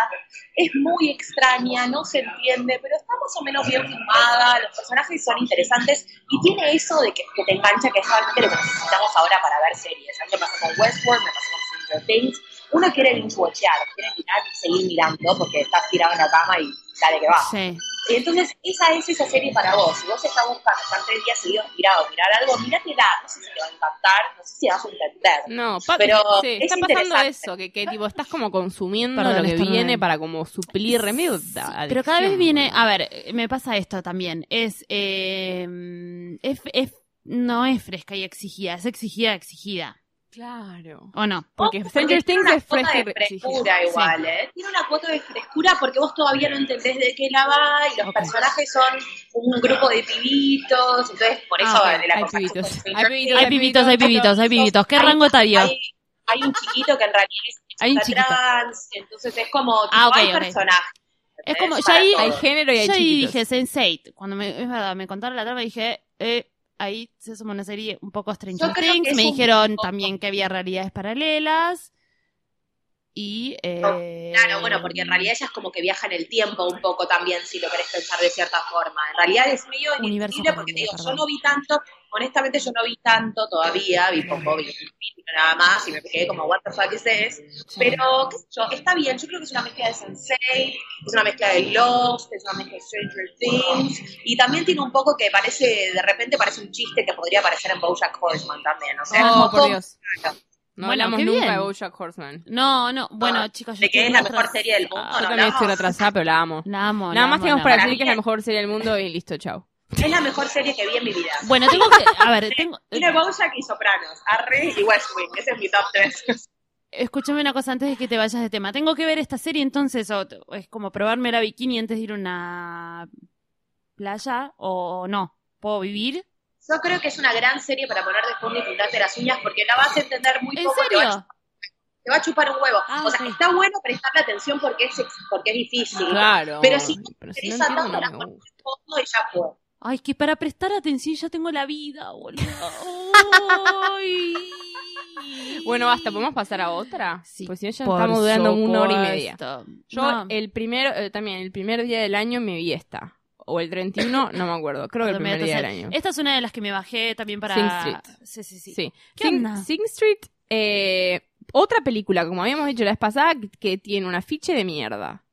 es muy extraña, no se entiende, pero está más o menos bien filmada, los personajes son interesantes y tiene eso de que, que te engancha, que es realmente lo que necesitamos ahora para ver series. A mí me pasó con Westworld, me pasó con Stranger Things, Uno quiere binge-watchear, quiere mirar y seguir mirando porque estás tirado en la cama y dale que va.
Sí.
Y entonces, esa es esa serie para vos. Si vos estás buscando estar tres días seguidos tirado, mirar algo, míratela. No sé si te va a encantar, no sé si vas a entender.
No, pa-
Pero
sí,
es
está pasando
interesante.
eso, que, que tipo estás como consumiendo
Perdón, eh.
lo que
estornudé.
viene para como suplir remedio. da-
Pero cada vez
adicción,
viene,
boludo.
a ver, eh, me pasa esto también, es, eh, es, es- no es fresca y exigida, es exigida, exigida,
Claro.
¿o no?
Porque Stranger Things
tiene una
es
cuota
fresca
de
y re- sí, sí,
frescura
sí.
igual, ¿eh? Tiene una cuota de frescura porque vos todavía no entendés de qué la va y los
Ok.
personajes son un grupo de pibitos, entonces por
Ah,
eso
ok,
de la
hay
comparación
pibitos.
con
Hay
Stranger
pibitos,
Things.
Hay pibitos, hay pibitos, hay pibitos. ¿Qué
Hay-
rango etario?
Hay, hay un chiquito que en realidad es
<laughs> Hay un
está
chiquito.
trans, entonces es como tipo,
Ah, ok,
hay
ok.
personajes.
Es
¿entendés?
como- ya
Para
ahí-
todo.
Hay género y hay
Yo ahí
chiquitos.
dije Sense8, cuando me, es verdad, me contaron la trama dije, eh, ahí se sumó una serie un poco Stranger
Yo creo que
Things,
es
me
un
dijeron
poco-
también que había realidades paralelas y... eh,
Claro, bueno, porque en realidad ellas como que viajan el tiempo un poco también, si lo querés pensar de cierta forma. En realidad es medio
Universo
indiscutible porque te
paralelo,
digo,
perdón.
yo no vi tanto, honestamente yo no vi tanto todavía, vi poco, vi, vi nada más y me quedé como, what the fuck is this?
Oh,
Pero, qué sé yo, está bien, yo creo que es una mezcla de Sensei, es una mezcla de Lost, es una mezcla de Stranger Things, y también tiene un poco que parece, de repente parece un chiste que podría aparecer en Bojack Horseman también, o sea, es
Oh,
como
por Dios. No
Bueno,
hablamos
qué
nunca
bien.
de BoJack Horseman.
No, no, bueno, chicos, yo
Ah, de que
estoy Ah,
es la
retras-
mejor serie del mundo,
Yo
no,
también
no.
estoy retrasada, pero la amo.
La amo,
Nada
la
más
amo,
tenemos
la
para
amo.
decir que es la mejor serie del mundo y listo, chao.
es la mejor serie que vi en mi vida.
Bueno, tengo que. A
<laughs>
ver, tengo.
eh,
Tiene Bojack y Sopranos, Arre y West Wing. Ese es mi top 3.
<laughs>
Escúchame una cosa antes de que te vayas de tema. Tengo que ver esta serie entonces, o, o es como probarme la bikini antes de ir a una playa, o no. ¿Puedo vivir?
Yo creo que es una gran serie para poner de fondo y pintarte las uñas porque la vas a entender muy
¿En
poco. Te va, a,
serio?
chu- te va a chupar un huevo.
Ah,
o sea,
ok.
está bueno prestarle atención porque es, ex- porque es difícil.
Ah, Claro.
Pero si
pero
te
no
interesa
entiendo,
tanto,
no
la
me
pones
gusta.
de fondo y ya fue.
Ay, es que para prestar atención ya tengo la vida, boludo. Ay.
<laughs> Bueno, basta, ¿podemos pasar a otra?
Sí,
Pues si no, ya
Por
estamos durando una hora y media.
supuesto.
Yo
No,
el primero, eh, también, el primer día del año me vi esta. O el 31, no me acuerdo. Creo que el
perdón, me
primer
voy a
día del
toser.
año.
Esta es una de las que me bajé también para.
Sing Street.
Sí, sí, sí.
Sí.
¿Qué
Sing,
onda?
Sing Street, eh, otra película, como habíamos dicho la vez pasada, que, que tiene un afiche de
<coughs>
mierda.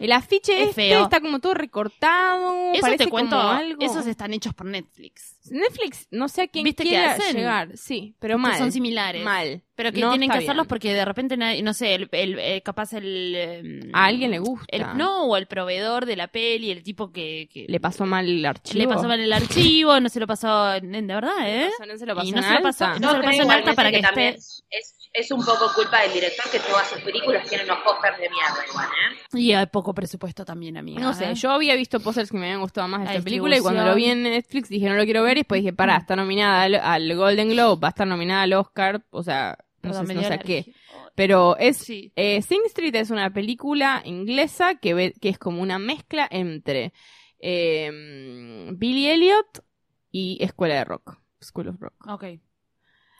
El afiche
Es
este
feo.
está como todo recortado.
Eso
parece
te cuento,
como algo.
esos están hechos por Netflix.
Netflix, no sé a quién
¿Viste que
quiera
hacen?
llegar. Sí, pero
Que
mal.
son similares.
Mal.
Pero que
No
tienen que
está
hacerlos
bien.
porque de repente, nadie- no sé, el, el- eh, capaz el... eh,
A alguien le gusta.
el- no, o el proveedor de la peli, el tipo que... que
Le pasó mal el archivo.
le pasó mal el archivo, no se lo pasó... en- De verdad, ¿eh?
No se lo
Y
pasó
no
en
se lo pasó-
alta.
no se lo
Yo creo
pasan
igualmente
alta para que esté-
también Es, es un poco culpa del director que todas sus películas tienen unos pósters de mierda igual, ¿eh?
Y hay poco presupuesto también, amiga.
No sé,
¿eh?
yo había visto pósters que me habían gustado más de
La Mm.
esta película y cuando lo vi en Netflix dije no lo quiero ver y después dije, pará, está nominada al, al Golden Globe, va a estar nominada al Oscar, o sea, no
Perdón,
sé,
me
no
dio
sé a
alergia. Oh,
qué. Pero es,
Sí.
eh, Sing Street es una película inglesa que, ve- que es como una mezcla entre eh, Billy Elliot y Escuela de Rock, School of Rock.
Ok.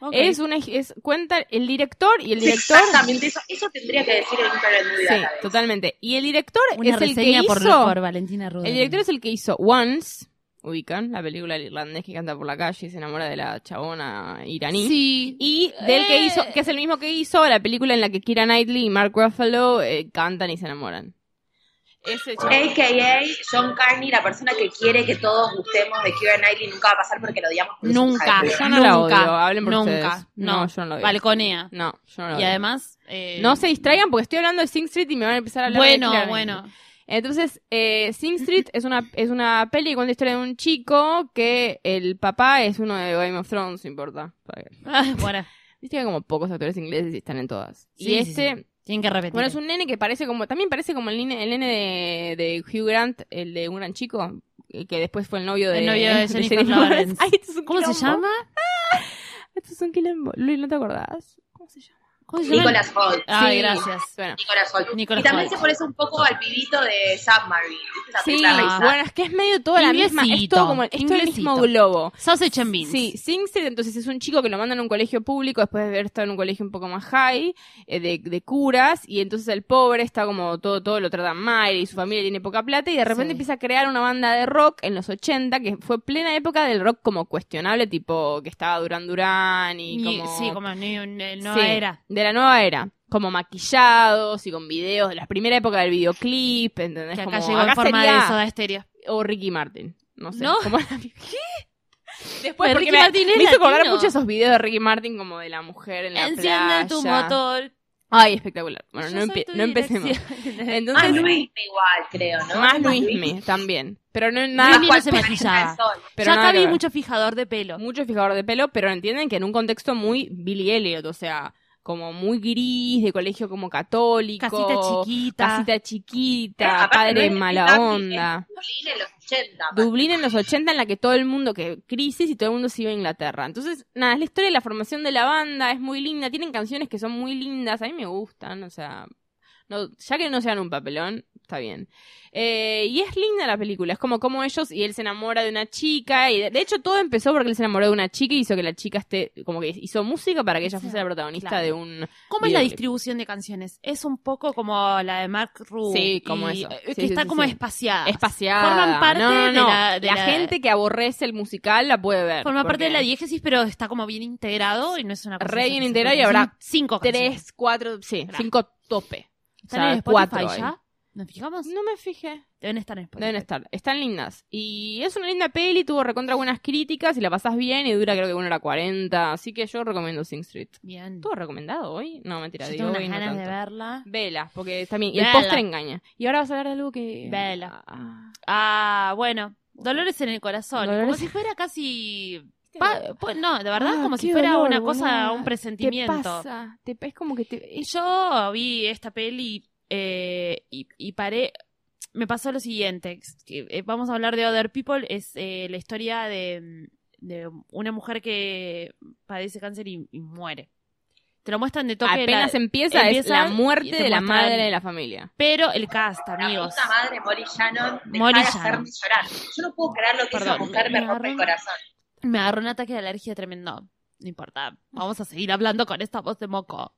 Ok.
Es una, es, cuenta el director y el director...
Exactamente, eso, eso tendría que decir el Imperial Movie
Sí,
Database.
totalmente. Y el director
Una
es el que
reseña
hizo...
por, lo- por Valentina Rudolph.
El director es el que hizo Once, ubican, la película del irlandés que canta por la calle y se enamora de la chabona iraní.
Sí.
Y del que
Eh.
hizo, que es el mismo que hizo la película en la que Kira Knightley y Mark Ruffalo eh, cantan y se enamoran. Ese chabón.
AKA John Carney, la persona que quiere que todos gustemos de Keira Knightley, nunca va a pasar porque lo odiamos. por eso, hija
Nunca.
de
Yo
puta.
no la
nunca,
odio, hablen por
nunca.
ustedes.
No,
No, yo no la odio.
Balconea.
No, yo no lo
Y
veo.
además... eh,
No se distraigan porque estoy hablando de Sing Street y me van a empezar a hablar de Kira
Bueno,
Knightley.
bueno.
Entonces, eh, Sing Street es una, es una peli que cuenta la historia de un chico que el papá es uno de Game of Thrones, no importa.
Ah, bueno.
Viste que hay como pocos actores ingleses y están en todas.
Sí,
y
sí,
este,
sí. Tienen que repetir.
bueno, es un nene que parece como, también parece como el nene, el nene de, de Hugh Grant, el de un gran chico, el que después fue el novio <laughs> de,
El novio de Jennifer Lawrence.
Ay, esto es un
¿Cómo se
quilombo.
llama?
Esto es un quilombo. Luis, ¿no te acordás? ¿Cómo se llama?
¿Cómo se llama?
Nicolas Holt.
Ay,
Sí.
gracias.
Bueno.
Nicolas Holt.
Nicolas
y también
Holt.
se parece un poco al pibito de Submarine. ¿Viste esa
Sí,
película risa?
bueno, es que es medio toda la misma, es todo
Inglesito,
como, es todo el mismo
inglesito.
globo.
Sausage and Beans.
Sí, Sing Street, entonces es un chico que lo mandan a un colegio público después de haber estado en un colegio un poco más high, eh, de, de curas, y entonces el pobre está como todo, todo lo tratan mal y su familia tiene poca plata, y de repente
Sí.
empieza a crear una banda de rock en los 80, que fue plena época del rock como cuestionable, tipo que estaba Duran Duran y
Ni-
como...
Sí, como ni un- eh, no
Sí,
era.
De la nueva era. Como maquillados y con videos de la primera época del videoclip, ¿entendés?
Que acá
Como,
llegó en forma
sería-
de soda estéreo.
O Ricky Martin. No sé.
¿No? <laughs>
como la- Después,
Pero
porque
Ricky
me,
Martin es
me hizo acordar
latino.
mucho esos videos de Ricky Martin como de la mujer en la playa.
Enciende tu motor.
Ay, espectacular. Bueno,
Yo
no,
soy
empie-
tu
no empecemos.
dirección.
<laughs>
Ah,
Entonces,
Más Luismi igual, creo, ¿no?
más Luismi también. Pero no nada.
Más
Luismi no
Juan
se
Pérez
maquillaba.
del Sol.
Pero
Yo
nada
acá
que
vi
ver.
mucho fijador de pelo.
mucho fijador de pelo, pero entienden que en un contexto muy Billy Elliot, o sea, como muy gris, de colegio como católico.
Casita chiquita. Eh,
Casita chiquita,
Aparte, no
padre
es
mala
Luismi,
onda.
es Dublín en los 80. aparte.
Dublín en los 80 en la que todo el mundo, que crisis y todo el mundo se iba a Inglaterra. Entonces, nada, es la historia de la formación de la banda, es muy linda, tienen canciones que son muy lindas, a mí me gustan, o sea, no, ya que no sean un papelón, está bien. Eh, y es linda la película, es como como ellos y él se enamora de una chica, y de, de hecho todo empezó porque él se enamoró de una chica y hizo que la chica esté, como que hizo música para que ella
Sí,
fuese la protagonista
claro.
de un...
¿Cómo es la
videoclip.
distribución de canciones? Es un poco como la de Mark Ruth.
Sí, como eso. Sí,
que
sí,
está
sí,
como
sí.
espaciada.
Espaciada.
Forman parte
No, no, no.
de la, de la-
gente que aborrece el musical la puede ver.
Forma parte de
porque-
la diégesis, pero está como bien integrado y no es una cosa.
Re
así
bien
que se
integrado y
puede- son
habrá
cinco canciones.
tres, cuatro, sí,
Claro.
cinco tope.
¿Están
o sea,
en Spotify
cuatro hay.
ya? ¿Nos fijamos?
No me fijé.
Deben estar en Spotify.
Deben estar. Están lindas. Y es una linda peli, tuvo recontra buenas críticas y la pasás bien y dura creo que una hora cuarenta. Así que yo recomiendo Sing Street.
Bien.
¿Todo recomendado hoy? No, mentira,
Yo tengo
digo
unas
hoy no
ganas de
tanto.
verla.
Vela, porque también. Y el
Vela.
póster engaña. Y ahora vas a hablar de algo que.
Vela.
Ah.
Ah, bueno. Dolores en el corazón.
Dolores-
Como si fuera casi. pa- pues, no, de verdad,
Ah,
como si
qué
fuera
dolor,
una cosa,
boluda.
un
Te
presentimiento.
pasa. Te, es como que te.
Y Yo vi esta peli eh, y, y paré. Me pasó lo siguiente. que, eh, Vamos a hablar de Other People. Es eh, la historia de, de una mujer que padece cáncer y, y muere. Te lo muestran de toque.
apenas em-
la-
empieza, es
empieza
la
y
muerte
te
de la
muestran-
madre de la familia.
Pero el cast,
La
amigos.
puta madre, Molly Shannon, dejá
Molly
de
Shannon.
hacerme llorar. Yo no puedo creer lo que
Perdón,
esa mujer
me
me, rompe el
agarró.
corazón.
Me agarró un ataque de alergia tremendo. No importa. Vamos a seguir hablando con esta voz de moco.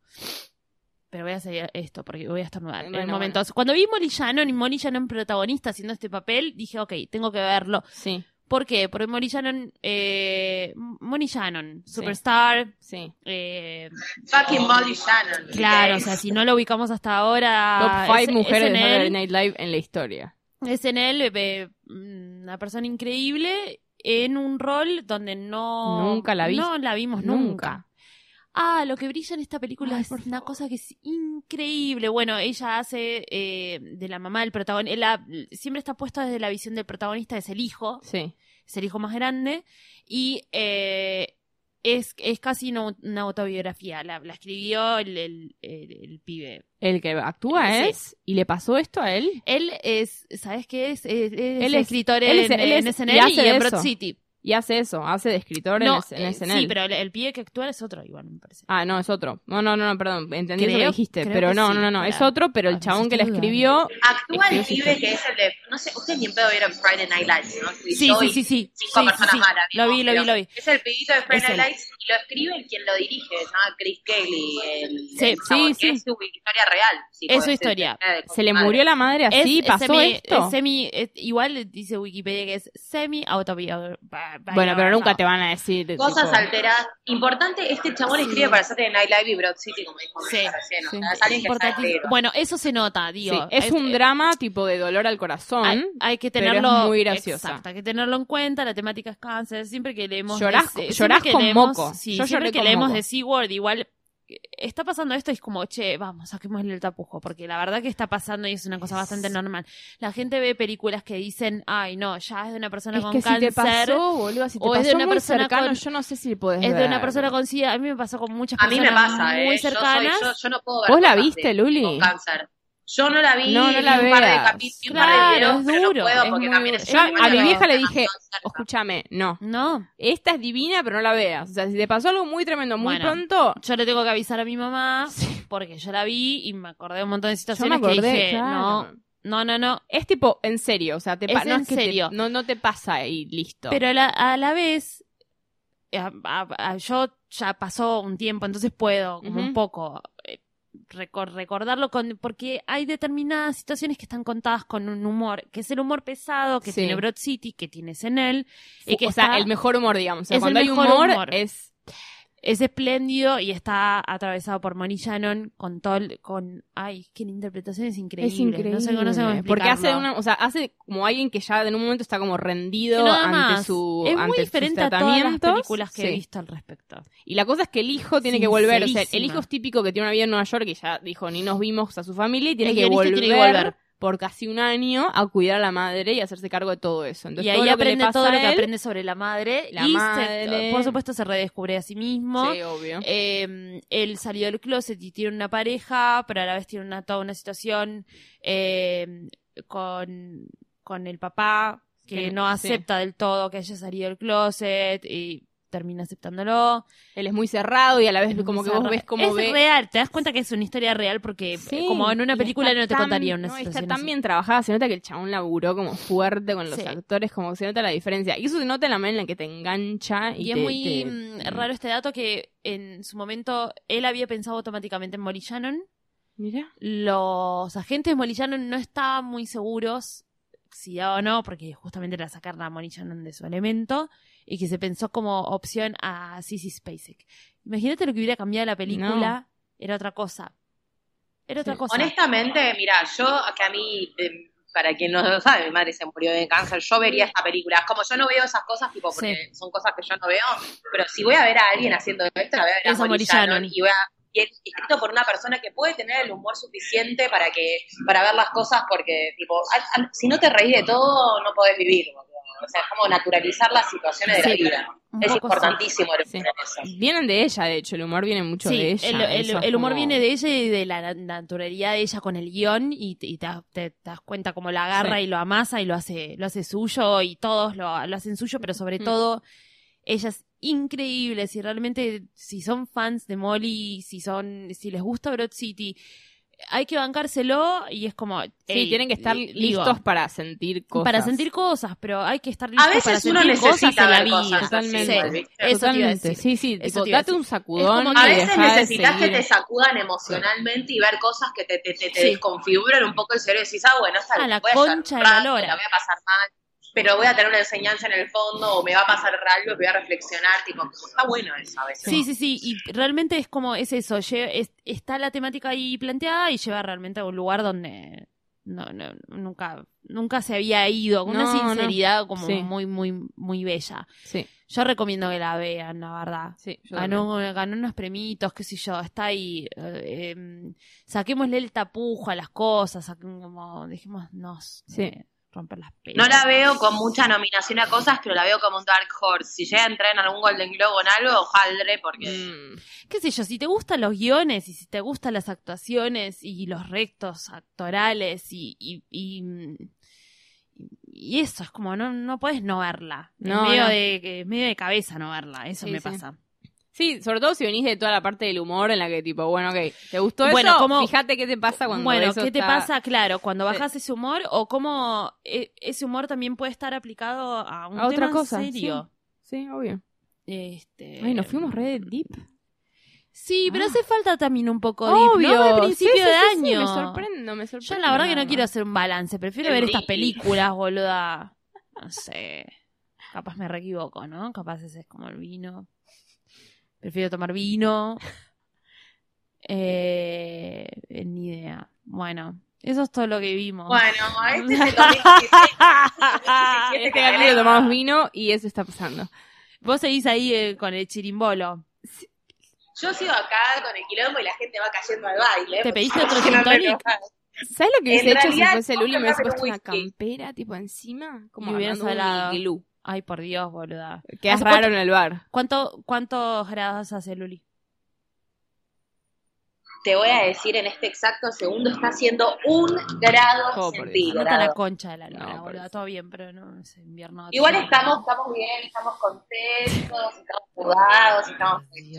Pero voy a hacer esto porque voy a estornudar en
Bueno,
un momento. Cuando vi Molly Shannon y Molly Shannon protagonista haciendo este papel, dije, ok, tengo que verlo.
Sí,
¿Por qué? Porque Molly Shannon, eh, Molly Shannon, superstar,
sí.
eh,
Fucking Molly Shannon.
claro, o
¿ok?
sea, si no lo ubicamos hasta ahora,
Top 5
Ah, es-
mujeres de
es en
Saturday
él,
Night Live en la historia.
es en él, eh, una persona increíble en un rol donde no
Nunca la viste.
no la vimos nunca.
Nunca.
Ah, lo que brilla en esta película
Ay,
es
por
una cosa que es increíble. Bueno, ella hace eh, de la mamá del protagonista, siempre está puesta desde la visión del protagonista, es el hijo,
Sí.
es el hijo más grande, y eh, es, es casi una, au- una autobiografía, la, la escribió el, el- el- el pibe.
El que actúa
Sí.
es. ¿Y le pasó esto a él?
Él es, ¿sabes qué es? Es, es
Él es-
escritor
él es-
en,
él es-
en
y
SNL y,
hace de
en Broad
eso.
City.
Y hace eso, hace de escritor en,
No,
es- en
eh,
SNL.
sí, pero el, el pibe que actúa es otro, igual me parece.
Ah, no, es otro. No, no, no, no, perdón. Entendí lo que
Creo-
dijiste.
creo
Pero
que
no,
sí,
no, no, no. Es
pará.
otro, pero
Ah,
el chabón que la
estoy
escribió.
Actúa el
Este,
pibe que es el de. No sé, ustedes ni en pedo vieron Friday Night Lights, ¿no?
Sí,
Escribió
sí,
y
sí, sí. sí,
Cinco
sí,
personas
sí.
malas.
Lo vi, lo
mismo,
vi,
pero
lo vi.
Es el pibito de
Es él.
Friday Night Lights y lo escribe el quien lo dirige, se llama Chris Kelly. El,
Sí,
el chabón,
sí,
que
sí.
Es su historia real. si
Es su
podés decir,
historia.
de- de-
Se le
madre.
murió la madre así,
es
pasó
semi-
esto.
es semi, es- igual dice Wikipedia que es semi autobiográfico.
bueno, pero nunca te van a decir. este
Cosas
tipo,
alteradas. Importante, este chabón escribe para Saturday Night Live y Broad City, como dijo
Sí,
Marta recién. o
sí.
sea, es alguien que sabe
Importantísimo.
leer.
Bueno, eso se nota, digo.
sí, es un
eh,
drama tipo de dolor al corazón.
Hay, hay que
pero es
tenerlo
muy graciosa.
exacto, hay que tenerlo en cuenta, la temática es cáncer, siempre que leemos
Llorás
de-
con-
siempre
llorás
que
con
leemos-
moco.
sí,
Yo lloré
siempre que
con
leemos
moco.
de SeaWorld igual eh, está pasando esto y es como, che, vamos, saquémosle el tapujo, porque la verdad que está pasando y es una cosa bastante normal. La gente ve películas que dicen, "Ay, no, ya es de una persona
Es
con
que si
cáncer."
te pasó, boludo, si te
o es
pasó
de una
muy
persona
cercano,
con-
yo no sé si podés
es de una
ver.
persona con SIDA. A mí me pasó con muchas
A mí
personas
me pasa, ¿eh?
muy
Yo soy-
cercanas.
Yo, yo no puedo ver
¿Vos la
cosas
viste,
de-
Luli?
Con cáncer. Yo no la vi.
No, no
vi
la
un par de
veas.
capi- vi un par de
Claro,
videos,
es
pero no
duro,
puedo
es
porque
muy
también
duro.
es
Yo
un
a mi
animal
vieja le
que
dije,
está cáncer.
escúchame, no.
No,
Esta es divina, pero no la veas. O sea, si te pasó algo muy tremendo muy
Bueno,
pronto,
yo le tengo que avisar a mi mamá porque yo la vi y me acordé de un montón de
yo me
situaciones
acordé.
que dije,
claro.
no, no, no, no.
Es tipo, en serio. O sea, te pa-
Es
no
en
que te-
serio.
no, no te pasa y listo.
Pero a la, a la vez, eh, a- a- a- yo ya pasó un tiempo, entonces puedo como
Ujú.
un poco eh, recor- recordarlo con porque hay determinadas situaciones que están contadas con un humor, que es el humor pesado que
Sí.
tiene Broad City, que tiene él y que
o sea,
está-
el mejor humor, digamos. O sea,
es el
cuando hay
mejor
humor,
humor.
es.
es espléndido y está atravesado por Moni Shannon con todo el- con ay, es que la interpretación es increíble.
Es increíble.
No sé, no sé cómo
Porque hace
explicarlo.
una, o sea, hace como alguien que ya en un momento está como rendido
Nada
ante
más.
su
es
ante
muy
sus
diferente a todas las
tratamientos.
películas que he
Sí.
visto al respecto.
Y la cosa es que el hijo tiene que volver, o sea, el
Sincerísima.
hijo es típico que tiene una vida en Nueva York y ya dijo, ni nos vimos a su familia y tiene,
El
que
guionista
volver,
tiene que volver.
por casi un año a cuidar a la madre y hacerse cargo de todo eso. Entonces,
y
todo
ahí
lo que le
aprende
pasa
todo lo
a
que
él-
aprende sobre la madre
La
y se-
madre.
por supuesto se redescubre a sí mismo.
Sí, obvio.
Eh, él salió del closet y tiene una pareja, pero a la vez tiene una, toda una situación eh, con, con el papá que
Que-
no
sí.
acepta del todo que haya salido del closet y termina aceptándolo.
Él es muy cerrado y a la vez como que vos
Bizarra.
ves como
es
ve...
real, te das cuenta que es una historia real porque
Sí,
eh, como en una
y
película
está
no te
tan-
contaría una
no,
situación
Está tan
así.
bien trabajada, se nota que el chabón laburó como fuerte con los
Sí.
actores, como que se nota la diferencia. Y eso se nota en la manera en la que te engancha. Y,
Y es
te-
muy
te-
mm, raro este dato que en su momento él había pensado automáticamente en Molly Shannon.
Mira.
Los agentes de Molly Shannon no estaban muy seguros si ya o no, porque justamente era sacar a Molly Shannon de su elemento y que se pensó como opción a Sissy Spacek. Imagínate lo que hubiera cambiado la película, era otra cosa. Era otra cosa.
Honestamente, mira, yo, que a mí, eh, para quien no lo sabe, mi madre se murió de cáncer, yo vería esta película. Como yo no veo esas cosas, tipo, porque son cosas que yo no veo, pero si voy a ver a alguien haciendo esto, la voy a ver a
Es a
Molly
Molly
Shannon
Shannon.
y voy a- y es escrito por una persona que puede tener el humor suficiente para que para ver las cosas porque tipo al- al- si no te reís de todo no podés vivir boludo. o sea es como naturalizar las situaciones de la
Sí,
vida
un
es
poco sí.
importantísimo el humor en eso.
Vienen de ella, de hecho, el humor viene mucho
Sí,
de ella.
el- el,
eso es
el humor
como-
viene de ella y de la na- naturalidad de ella con el guión y, te- y te, das- te- te das cuenta cómo la agarra
Sí.
y lo amasa y lo hace, lo hace suyo y todos lo, lo hacen suyo, pero sobre
Mm.
todo ella es increíble. Si realmente, si son fans de Molly, si son, si les gusta Broad City, hay que bancárselo y es como...
Sí,
ey,
tienen que estar
digo,
listos para sentir cosas.
para sentir cosas, pero hay que estar listos
a
para
veces uno
sentir cosas
necesita
en la
ver
vida.
cosas así,
totalmente.
Sí,
igual, ¿viste?
eso te iba a
Totalmente.
decir.
Sí, sí,
Eso
tipo,
te iba a
date
decir.
un sacudón.
Es como
y
que
A veces
dejá de
necesitas que
seguir.
te sacudan emocionalmente y ver cosas que te, te, te, te
Sí.
desconfiguran un poco el cerebro y decís, ah, bueno, esta
Ah,
la
la
voy a llorar
concha
un
de la
rato,
lora.
la voy a pasar mal, pero voy a tener una enseñanza en el fondo o me va a pasar algo y voy a reflexionar, tipo, como, está bueno eso a veces.
Sí, sí, sí, y realmente es como, es eso, lle- es- está la temática ahí planteada y lleva realmente a un lugar donde no, no, nunca, nunca se había ido, con
No,
una
no.
sinceridad como
Sí.
muy, muy, muy bella.
Sí,
Yo recomiendo que la vean, la verdad.
sí. yo también.
Ganó, ganó unos premitos, qué sé yo, está ahí. eh, eh, saquémosle el tapujo a las cosas, saquemos como, dejémonos
Sí.
eh, romper las
No
pelotas.
la veo con mucha nominación a cosas, pero la veo como un Dark Horse. Si llega a entrar en algún Golden Globe o en algo, ojalá, porque...
Mm.
qué sé yo, si te gustan los guiones y si te gustan las actuaciones y los rectos actorales y, y, y, y eso, es como no, no puedes no verla. Es
No,
medio,
no.
De, que- es medio de cabeza no verla, eso
Sí,
me
sí.
pasa.
Sí, sobre todo si venís de toda la parte del humor en la que tipo, bueno, ok, ¿te gustó
Bueno,
eso?
como-
Fíjate qué te pasa cuando
Bueno,
eso
¿qué te
está-
pasa? Claro, cuando
Sí.
bajas ese humor o cómo eh, ese humor también puede estar aplicado a un
A otra
tema
cosa,
serio.
Sí, obvio.
Este,
Ay, nos fuimos re deep.
Sí, pero
Ah.
hace falta también un poco de hipno al principio
sí, sí,
de
sí, sí,
año.
me sorprendo, me sorprendo.
Yo la verdad que
nada
no
más.
quiero hacer un balance, prefiero
El
ver estas
Ricky.
películas, boluda. No sé. Capaz me reequivoco, ¿no? Capaz ese es como el vino. Prefiero tomar vino. Eh, ni idea. Bueno, eso es todo lo que vimos.
Bueno, a
<laughs>
este se tomé
Este capítulo tomamos vino y eso está pasando.
Vos seguís ahí eh, con el chirimbolo.
Yo sigo acá con el quilombo y la gente va cayendo al baile.
¿Te
<laughs>
pediste
porque
otro
yo
gin
no me
tonic?
enojaba.
¿Sabes lo que
En
hubiese hecho si
realidad,
fuese
no,
Luli? Me hubiese
pero
puesto una
whisky.
campera tipo encima, como
Y hubieras
agarrando un
hablado.
iglú.
Ay, por Dios, boluda.
Que es
¿Hace
raro en el bar.
¿Cuánto, ¿Cuántos grados hace Luli?
Te voy a decir en este exacto segundo, está haciendo un grado
Oh, por Dios.
Mata la
centígrado.
concha de la lora,
No, por
boluda.
eso.
Todo bien, pero no es invierno.
Igual
Todo
estamos, estamos bien, estamos contentos, estamos jugados, estamos... Estoy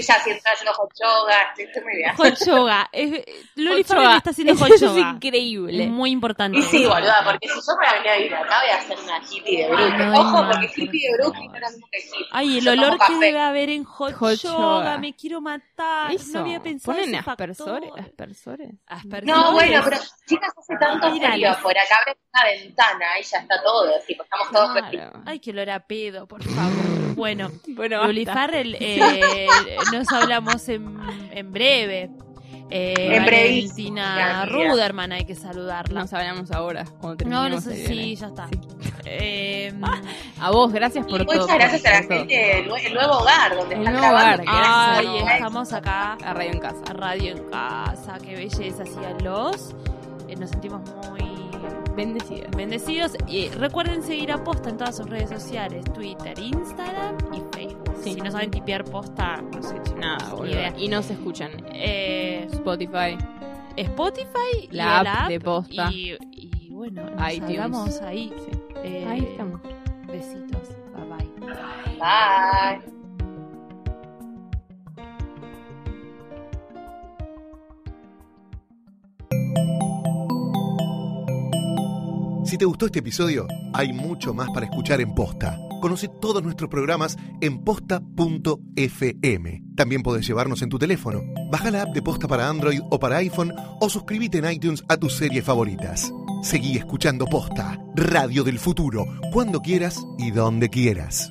ya haciendo, haciendo hot yoga, estoy, estoy muy bien.
Hot yoga. Es, eh, Loli
Hot
Farrell
yoga.
está <laughs> haciendo hot
Eso <laughs> es
yoga.
increíble.
Es muy importante.
Y sí, boluda, porque si yo para venir a vivir acá voy a hacer una hippie de Brooklyn.
Ay,
Ojo,
no,
porque
por
hippie de Brooklyn no era nunca hippie.
Ay, el
Yo tomo
olor que
café.
debe haber en hot,
Hot
yoga.
yoga.
Me quiero matar.
Eso.
No había pensado
Ponen
ese factor.
aspersores. aspersores.
Aspersores.
No, bueno, pero chicas, hace tanto
Mira,
frío.
las-
Por acá abres una ventana y ya está todo. Tipo, estamos todos
Claro.
<laughs> Ay, qué olor a pedo, por favor. Bueno,
Bueno,
Luli
basta.
Farrell, <laughs> eh, nos hablamos en, en breve. Eh, Valentina
En brevísimo, gracias.
Ruderman hay que saludarla.
Nos hablamos ahora cuando
No,
terminemos.
no sé,
el
sí,
viernes.
ya está.
<laughs>
Eh,
A vos, gracias
Y
por todo.
muchas gracias a la
por todo.
gente del nue- el nuevo hogar donde
El
están
nuevo
grabando.
hogar,
que gracias a
ay,
Dios.
estamos acá
A Radio en Casa.
a Radio en Casa, qué belleza, los. nos sentimos muy
Bendecida.
bendecidos. Y recuerden seguir a Posta en todas sus redes sociales, Twitter, Instagram y Facebook.
Sí.
Si no saben tipear Posta, no sé, chicos,
Nada,
ni
boludo.
idea.
Y nos escuchan.
Eh,
Spotify.
Spotify, y
La
el
app de Posta.
Y, y bueno, nos
iTunes.
hablamos ahí. Eh,
Ahí estamos.
Besitos. Bye bye.
Bye.
Si te gustó este episodio, hay mucho más para escuchar en Posta. Conoce todos nuestros programas en posta.fm. También podés llevarnos en tu teléfono. Baja la app de Posta para Android o para iPhone o suscríbete en iTunes a tus series favoritas. Seguí escuchando Posta, Radio del Futuro, cuando quieras y donde quieras.